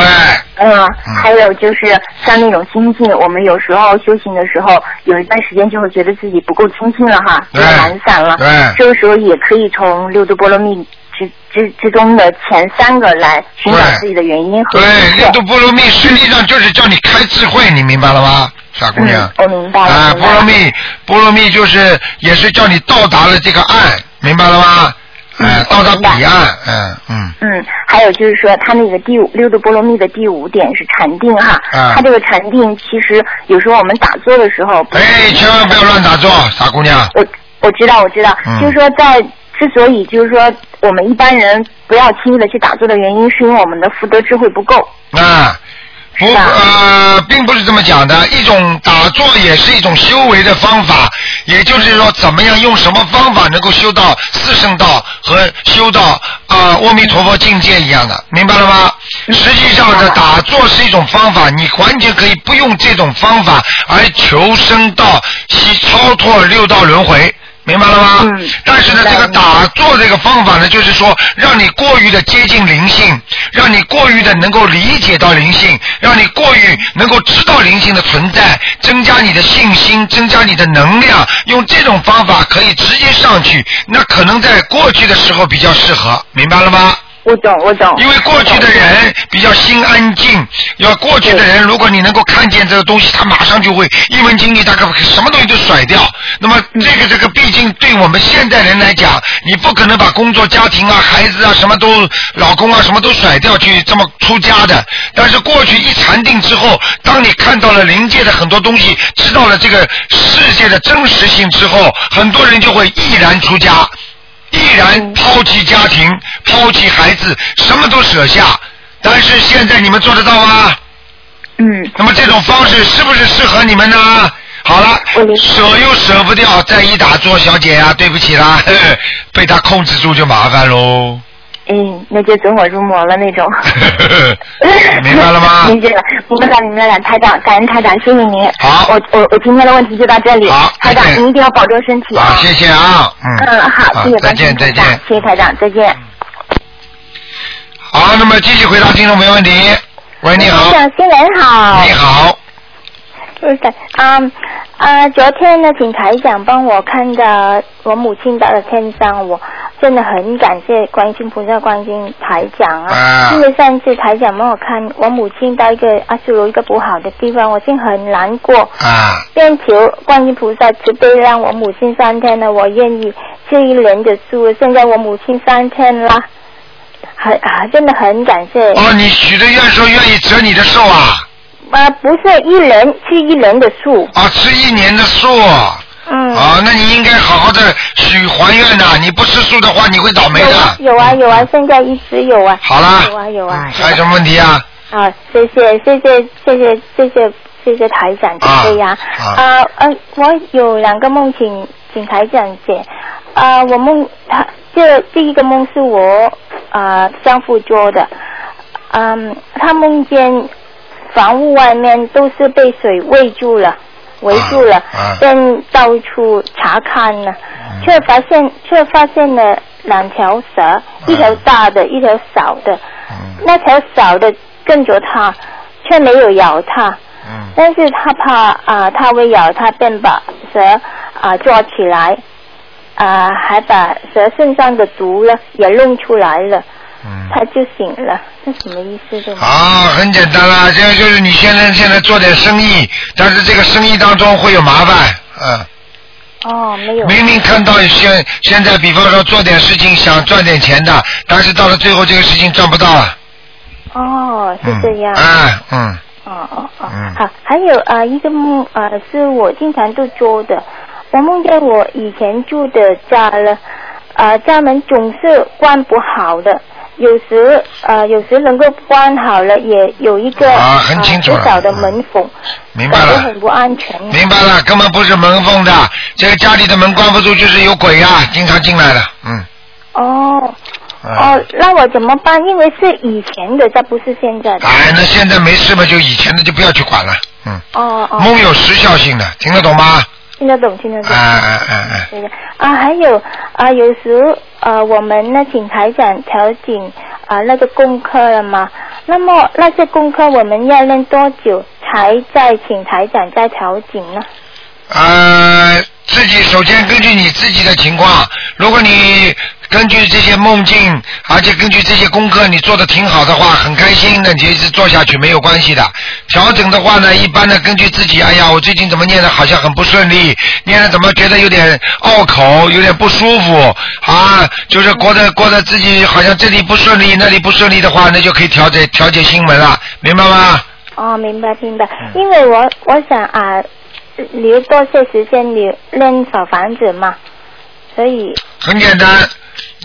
S8: 嗯，还有就是像那种精进，我们有时候修行的时候，有一段时间就会觉得自己不够精进了哈，有点懒散了。
S2: 对
S8: 这个时候也可以从六度波罗蜜之之之中的前三个来寻找自己的原因和
S2: 对，
S8: 对
S2: 六度波罗蜜实际上就是叫你开智慧，你明白了吗，傻姑娘？
S8: 嗯我明白了。
S2: 啊，波
S8: 明白
S2: 罗
S8: 了
S2: 蜜，波罗蜜就是也是叫你到达了这个岸，明白了吗？哎，到达彼岸，嗯嗯，
S8: 嗯，还有就是说，他那个第五六度波罗蜜的第五点是禅定哈，
S2: 啊
S8: 他这个禅定其实有时候我们打坐的时候，
S2: 哎，千万不要乱打坐，傻姑娘。
S8: 我知道，我知道，
S2: 嗯
S8: 就是说在之所以就是说我们一般人不要轻易的去打坐的原因，是因为我们的福德智慧不够。
S2: 啊，不呃，并不是这么讲的。一种打坐也是一种修为的方法，也就是说，怎么样用什么方法能够修到四圣道和修到啊、阿弥陀佛境界一样的，明白了吗？实际上呢，打坐是一种方法，你完全可以不用这种方法而求生到西超脱六道轮回。明白了吗？但是呢，这个打坐这个方法呢，就是说，让你过于的接近灵性，让你过于的能够理解到灵性，让你过于能够知道灵性的存在，增加你的信心，增加你的能量。用这种方法可以直接上去，那可能在过去的时候比较适合，明白了吗？
S8: 我懂，我懂。
S2: 因为过去的人比较心安静，要过去的人，如果你能够看见这个东西，他马上就会一门精力，大概什么东西都甩掉。那么
S8: 嗯
S2: 这个这个，毕竟对我们现代人来讲，你不可能把工作、家庭啊、孩子啊、什么都、老公啊、什么都甩掉去这么出家的。但是过去一禅定之后，当你看到了灵界的很多东西，知道了这个世界的真实性之后，很多人就会毅然出家。毅
S8: 嗯
S2: 然抛弃家庭、抛弃孩子，什么都舍下。但是现在你们做得到吗？
S8: 嗯。
S2: 那么这种方式是不是适合你们呢？好了，舍又舍不掉，再一打坐，小姐呀、对不起啦， 呵呵被他控制住就麻烦喽。
S8: 嗯，那就走火入魔了那种。
S2: 呵呵 明白了 吗？
S8: 明白了，明白了，明白了，台长，感恩台长，谢谢您。
S2: 好，
S8: 我我我今天的问题就到这里。好，台长，您一定要保重身体。
S2: 好，谢谢啊，嗯。
S8: 嗯，好，谢谢
S2: 再
S8: 关
S2: 见
S8: 心
S2: 再
S8: 台
S2: 见
S8: 长，谢谢台长，再见。
S2: 好，那么继续回答听众朋友问题。喂，你
S8: 嗯
S2: 好，
S13: 台长，新年好。
S2: 你好，
S13: 是的，嗯啊，昨天呢，请台长帮我看的我母亲的天章，我真的很感谢观世音菩萨、观世音台长啊。因为上次台长帮我看我母亲到一个阿修罗一个不好的地方，我心很难过。
S2: 啊，
S13: 愿求观音菩萨慈悲，让我母亲三天呢，我愿意这一年的书，现在我母亲三天啦，很啊，真的很感谢。
S2: 哦，你许的愿说愿意折你的寿啊，
S13: 啊，不是一人吃一人的树。
S2: 啊，吃一年的寿。
S13: 嗯。
S2: 啊，那你应该好好的许还愿呐、你不吃素的话，你会倒霉的。
S13: 有啊有啊，现在一直有啊。
S2: 好啦
S13: 有啊有啊。
S2: 还有什么问题啊？
S13: 啊，谢谢谢谢谢谢谢谢谢谢台长慈悲呀。
S2: 啊
S13: 啊呃，我有两个梦，请请台长解。啊，我梦，啊这第一个梦是我啊丈夫做的。嗯，他梦见房屋外面都是被水围住了，围住了，便、到处查看呢，却发现却发现了两条蛇，一条大的，一条小的，那条小的跟着他，却没有咬他，但是他怕啊、他会咬他，便把蛇啊、抓起来，啊、还把蛇身上的毒呢也弄出来了。
S2: 嗯
S13: 他就醒了，那什么意思这个？
S2: 啊，很简单啦，这个就是你现在现在做点生意，但是这个生意当中会有麻烦，嗯。
S13: 哦，没有。
S2: 明明看到现现在，比方说做点事情想赚点钱的，但是到了最后这个事情赚不到了，
S13: 哦，是这样。
S2: 哎，嗯，
S13: 哦哦哦，好，还有啊、呃一个梦啊、呃是我经常都做的，我梦见我以前住的家了，啊、家门总是关不好的，有时呃有时能够关好了，也有一个
S2: 啊很清楚
S13: 呃
S2: 了
S13: 不小的门缝，
S2: 明白
S13: 感觉
S2: 了，
S13: 很不安全。啊
S2: 明白了，根本不是门缝的，这个家里的门关不住，就是有鬼呀、经常进来了，嗯，
S13: 哦
S2: 啊，
S13: 哦，那我怎么办？因为是以前的，这不是现在的。
S2: 哎，那现在没事嘛，就以前的就不要去管了，嗯，
S13: 哦哦。
S2: 梦有时效性的，听得懂吗？
S13: 听得懂，听得懂。
S2: 哎哎哎哎，
S13: 对的啊，还有啊，有时呃，我们呢请台长调整啊那个功课了嘛。那么那些功课我们要练多久才再请台长再调整呢？
S2: 呃，自己首先根据你自己的情况，如果你根据这些梦境，而且根据这些功课你做的挺好的话，很开心，那你就一直做下去没有关系的。调整的话呢，一般呢根据自己，哎呀，我最近怎么念的好像很不顺利，念的怎么觉得有点拗口，有点不舒服啊，就是过得过得自己好像这里不顺利，那里不顺利的话，那就可以调节调节心门了，明白吗？
S13: 哦，明白明白，
S2: 嗯
S13: 因为我我想啊留多些时间留练小房子嘛，所以
S2: 很简单，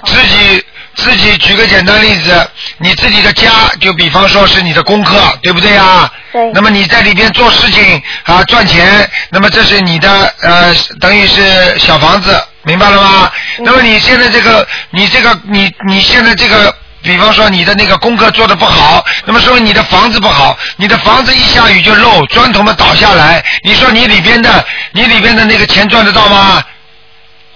S2: 自己自己举个简单例子，你自己的家就比方说是你的功课，对不对啊？
S13: 对
S2: 那么你在里边做事情啊，赚钱，那么这是你的呃，等于是小房子，明白了吗？那么你现在这个，你这个，你你现在这个。比方说你的那个功课做的不好，那么说明你的房子不好，你的房子一下雨就漏，砖头们倒下来，你说你里边的你里边的那个钱赚得到吗？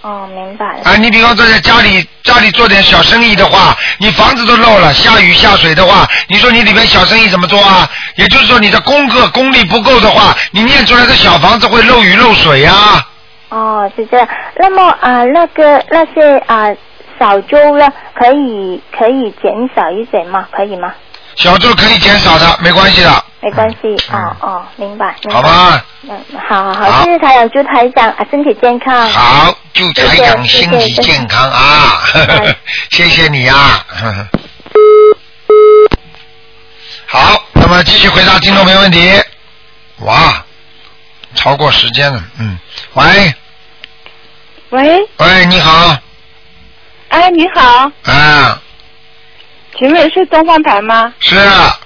S13: 哦，明白了。
S2: 啊，你比方说在家里家里做点小生意的话，你房子都漏了，下雨下水的话，你说你里面小生意怎么做啊？也就是说你的功课功力不够的话，你念出来的小房子会漏雨漏水啊。
S13: 哦，是这样。那么啊、呃那个那些啊、呃小周呢，可以可以减少一点吗？可以吗？
S2: 小咒可以减少的，没关系的，
S13: 没关系，哦哦，明白。
S2: 嗯
S13: 明白
S2: 好吧？
S13: 嗯，好好好，谢谢台长，祝台长啊身体健康。
S2: 好，祝台长
S13: 谢谢
S2: 身体
S13: 谢谢哎
S2: 健康啊！ 谢谢你啊！好，那么继续回答听众朋友问题。哇，超过时间了，嗯，喂
S14: 喂，
S2: 喂，你好，
S14: 哎，你好，
S2: 啊，
S14: 请问是东方台吗？
S2: 是啊，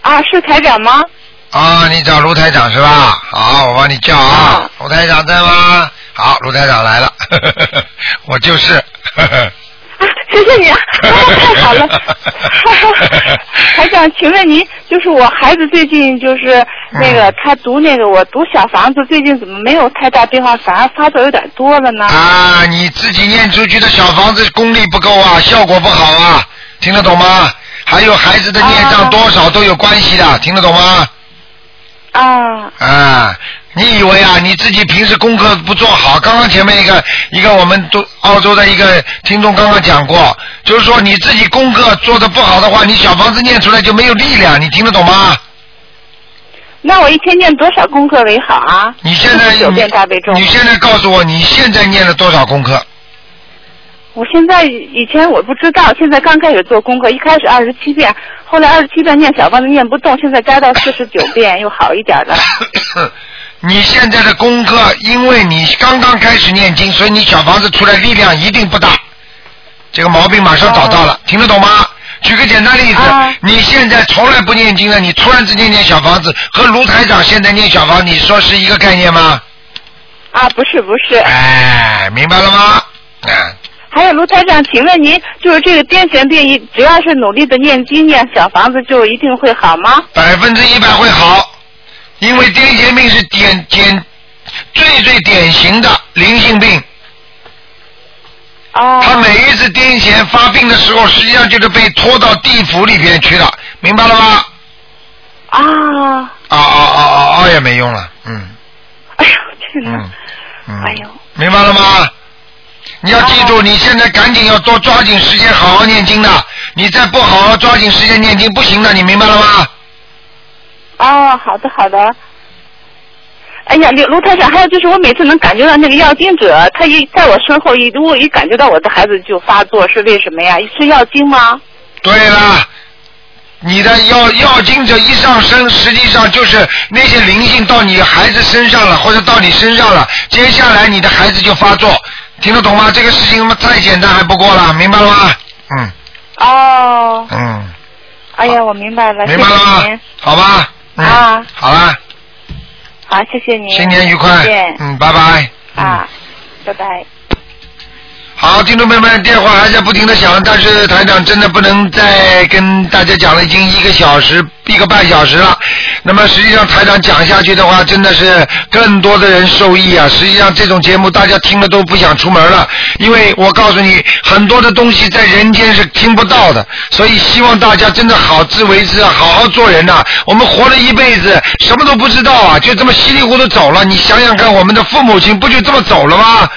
S14: 啊，是台长 吗？
S2: 啊你找卢台长是吧？好，我帮你叫啊，卢台长在吗？好，卢台长来了， 我就是，
S14: 谢谢你啊，啊太好 了。台长，请问您，就是我孩子最近就是
S2: 嗯
S14: 那个、他读那个我读小房子，最近怎么没有太大变化，反而发作有点多了呢？
S2: 啊，你自己念出去的小房子功力不够啊，效果不好啊，听得懂吗？还有孩子的孽障多少都有关系的，听得懂吗？
S14: 啊，
S2: 啊，你以为啊，你自己平时功课不做好？刚刚前面一个一个我们都澳洲的一个听众刚刚讲过，就是说你自己功课做的不好的话，你小房子念出来就没有力量，你听得懂吗？
S14: 那我一天念多少功课为好啊？
S2: 你现在
S14: 九遍大悲咒。
S2: 你现在告诉我，你现在念了多少功课？
S14: 我现在以前我不知道，现在刚开始做功课，一开始二十七遍，后来二十七遍念小房子念不动，现在该到四十九遍又好一点 了。
S2: 你现在的功课，因为你刚刚开始念经，所以你小房子出来力量一定不大。这个毛病马上找到
S14: 哦
S2: 了，听得懂吗？举个简单例子，
S14: 啊
S2: 你现在从来不念经的，你突然之间念小房子，和卢台长现在念小房子，你说是一个概念吗？
S14: 啊，不是不是。
S2: 哎，明白了吗？啊
S14: 还有卢台长，请问您就是这个癫痫病，一只要是努力的念经念小房子，就一定会好吗？
S2: 百分之一百会好，因为癫痫病是典典最最典型的灵性病。
S14: 哦。
S2: 他每一次癫痫发病的时候，实际上就是被拖到地府里边去了，明白了吗？
S14: 啊，
S2: 啊啊啊啊啊也没用了，嗯
S14: 天哪！
S2: 嗯。哎呦。明白了吗？你要记住，你现在赶紧要多抓紧时间好好念经的，你再不好好抓紧时间念经不行的，你明白了吗？
S14: 哦，好的好的。哎呀，刘卢台长，还有就是我每次能感觉到那个药精者，他一在我身后一如果一感觉到我的孩子就发作，是为什么呀？吃药精吗？
S2: 对了，你的药药精者一上身，实际上就是那些灵性到你孩子身上了，或者到你身上了，接下来你的孩子就发作，听得懂吗？这个事情他妈太简单还不过了，明白了吗？嗯
S14: 哦，
S2: 嗯，
S14: 哎呀，我明白了，
S2: 明白了
S14: 谢
S2: 吗
S14: 谢您。
S2: 好吧，嗯，
S14: 啊，
S2: 好了，
S14: 好，谢谢您，
S2: 新年愉快
S14: 再见，
S2: 嗯，拜拜。
S14: 啊，拜拜。
S2: 好，听众朋友们，电话还在不停的响，但是台长真的不能再跟大家讲了，已经一个小时、一个半小时了。那么实际上台长讲下去的话，真的是更多的人受益啊。实际上这种节目大家听了都不想出门了，因为我告诉你，很多的东西在人间是听不到的，所以希望大家真的好自为之啊，好好做人呐、我们活了一辈子，什么都不知道啊，就这么稀里糊涂走了。你想想看，我们的父母亲不就这么走了吗？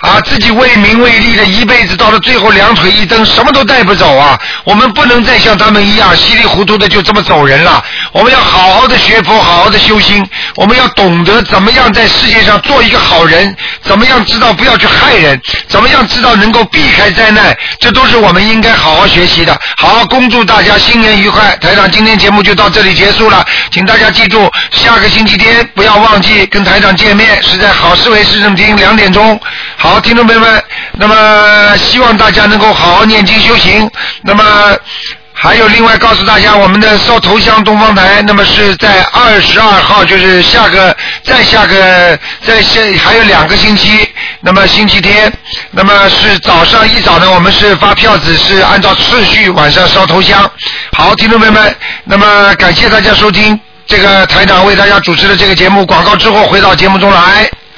S2: 啊，自己为名为利的一辈子，到了最后两腿一蹬，什么都带不走啊！我们不能再像他们一样稀里糊涂的就这么走人了。我们要好好的学佛，好好的修心。我们要懂得怎么样在世界上做一个好人，怎么样知道不要去害人，怎么样知道能够避开灾难，这都是我们应该好好学习的。好好恭祝大家新年愉快！台长今天节目就到这里结束了，请大家记住，下个星期天不要忘记跟台长见面，是在好思维市政厅两点钟。好，听众朋友们，那么希望大家能够好好念经修行。那么还有另外告诉大家，我们的烧头香东方台，那么是在二十二号，就是下个再下个再下还有两个星期，那么星期天，那么是早上一早呢，我们是发票子是按照次序晚上烧头香。好，听众朋友们，那么感谢大家收听这个台长为大家主持的这个节目，广告之后回到节目中来。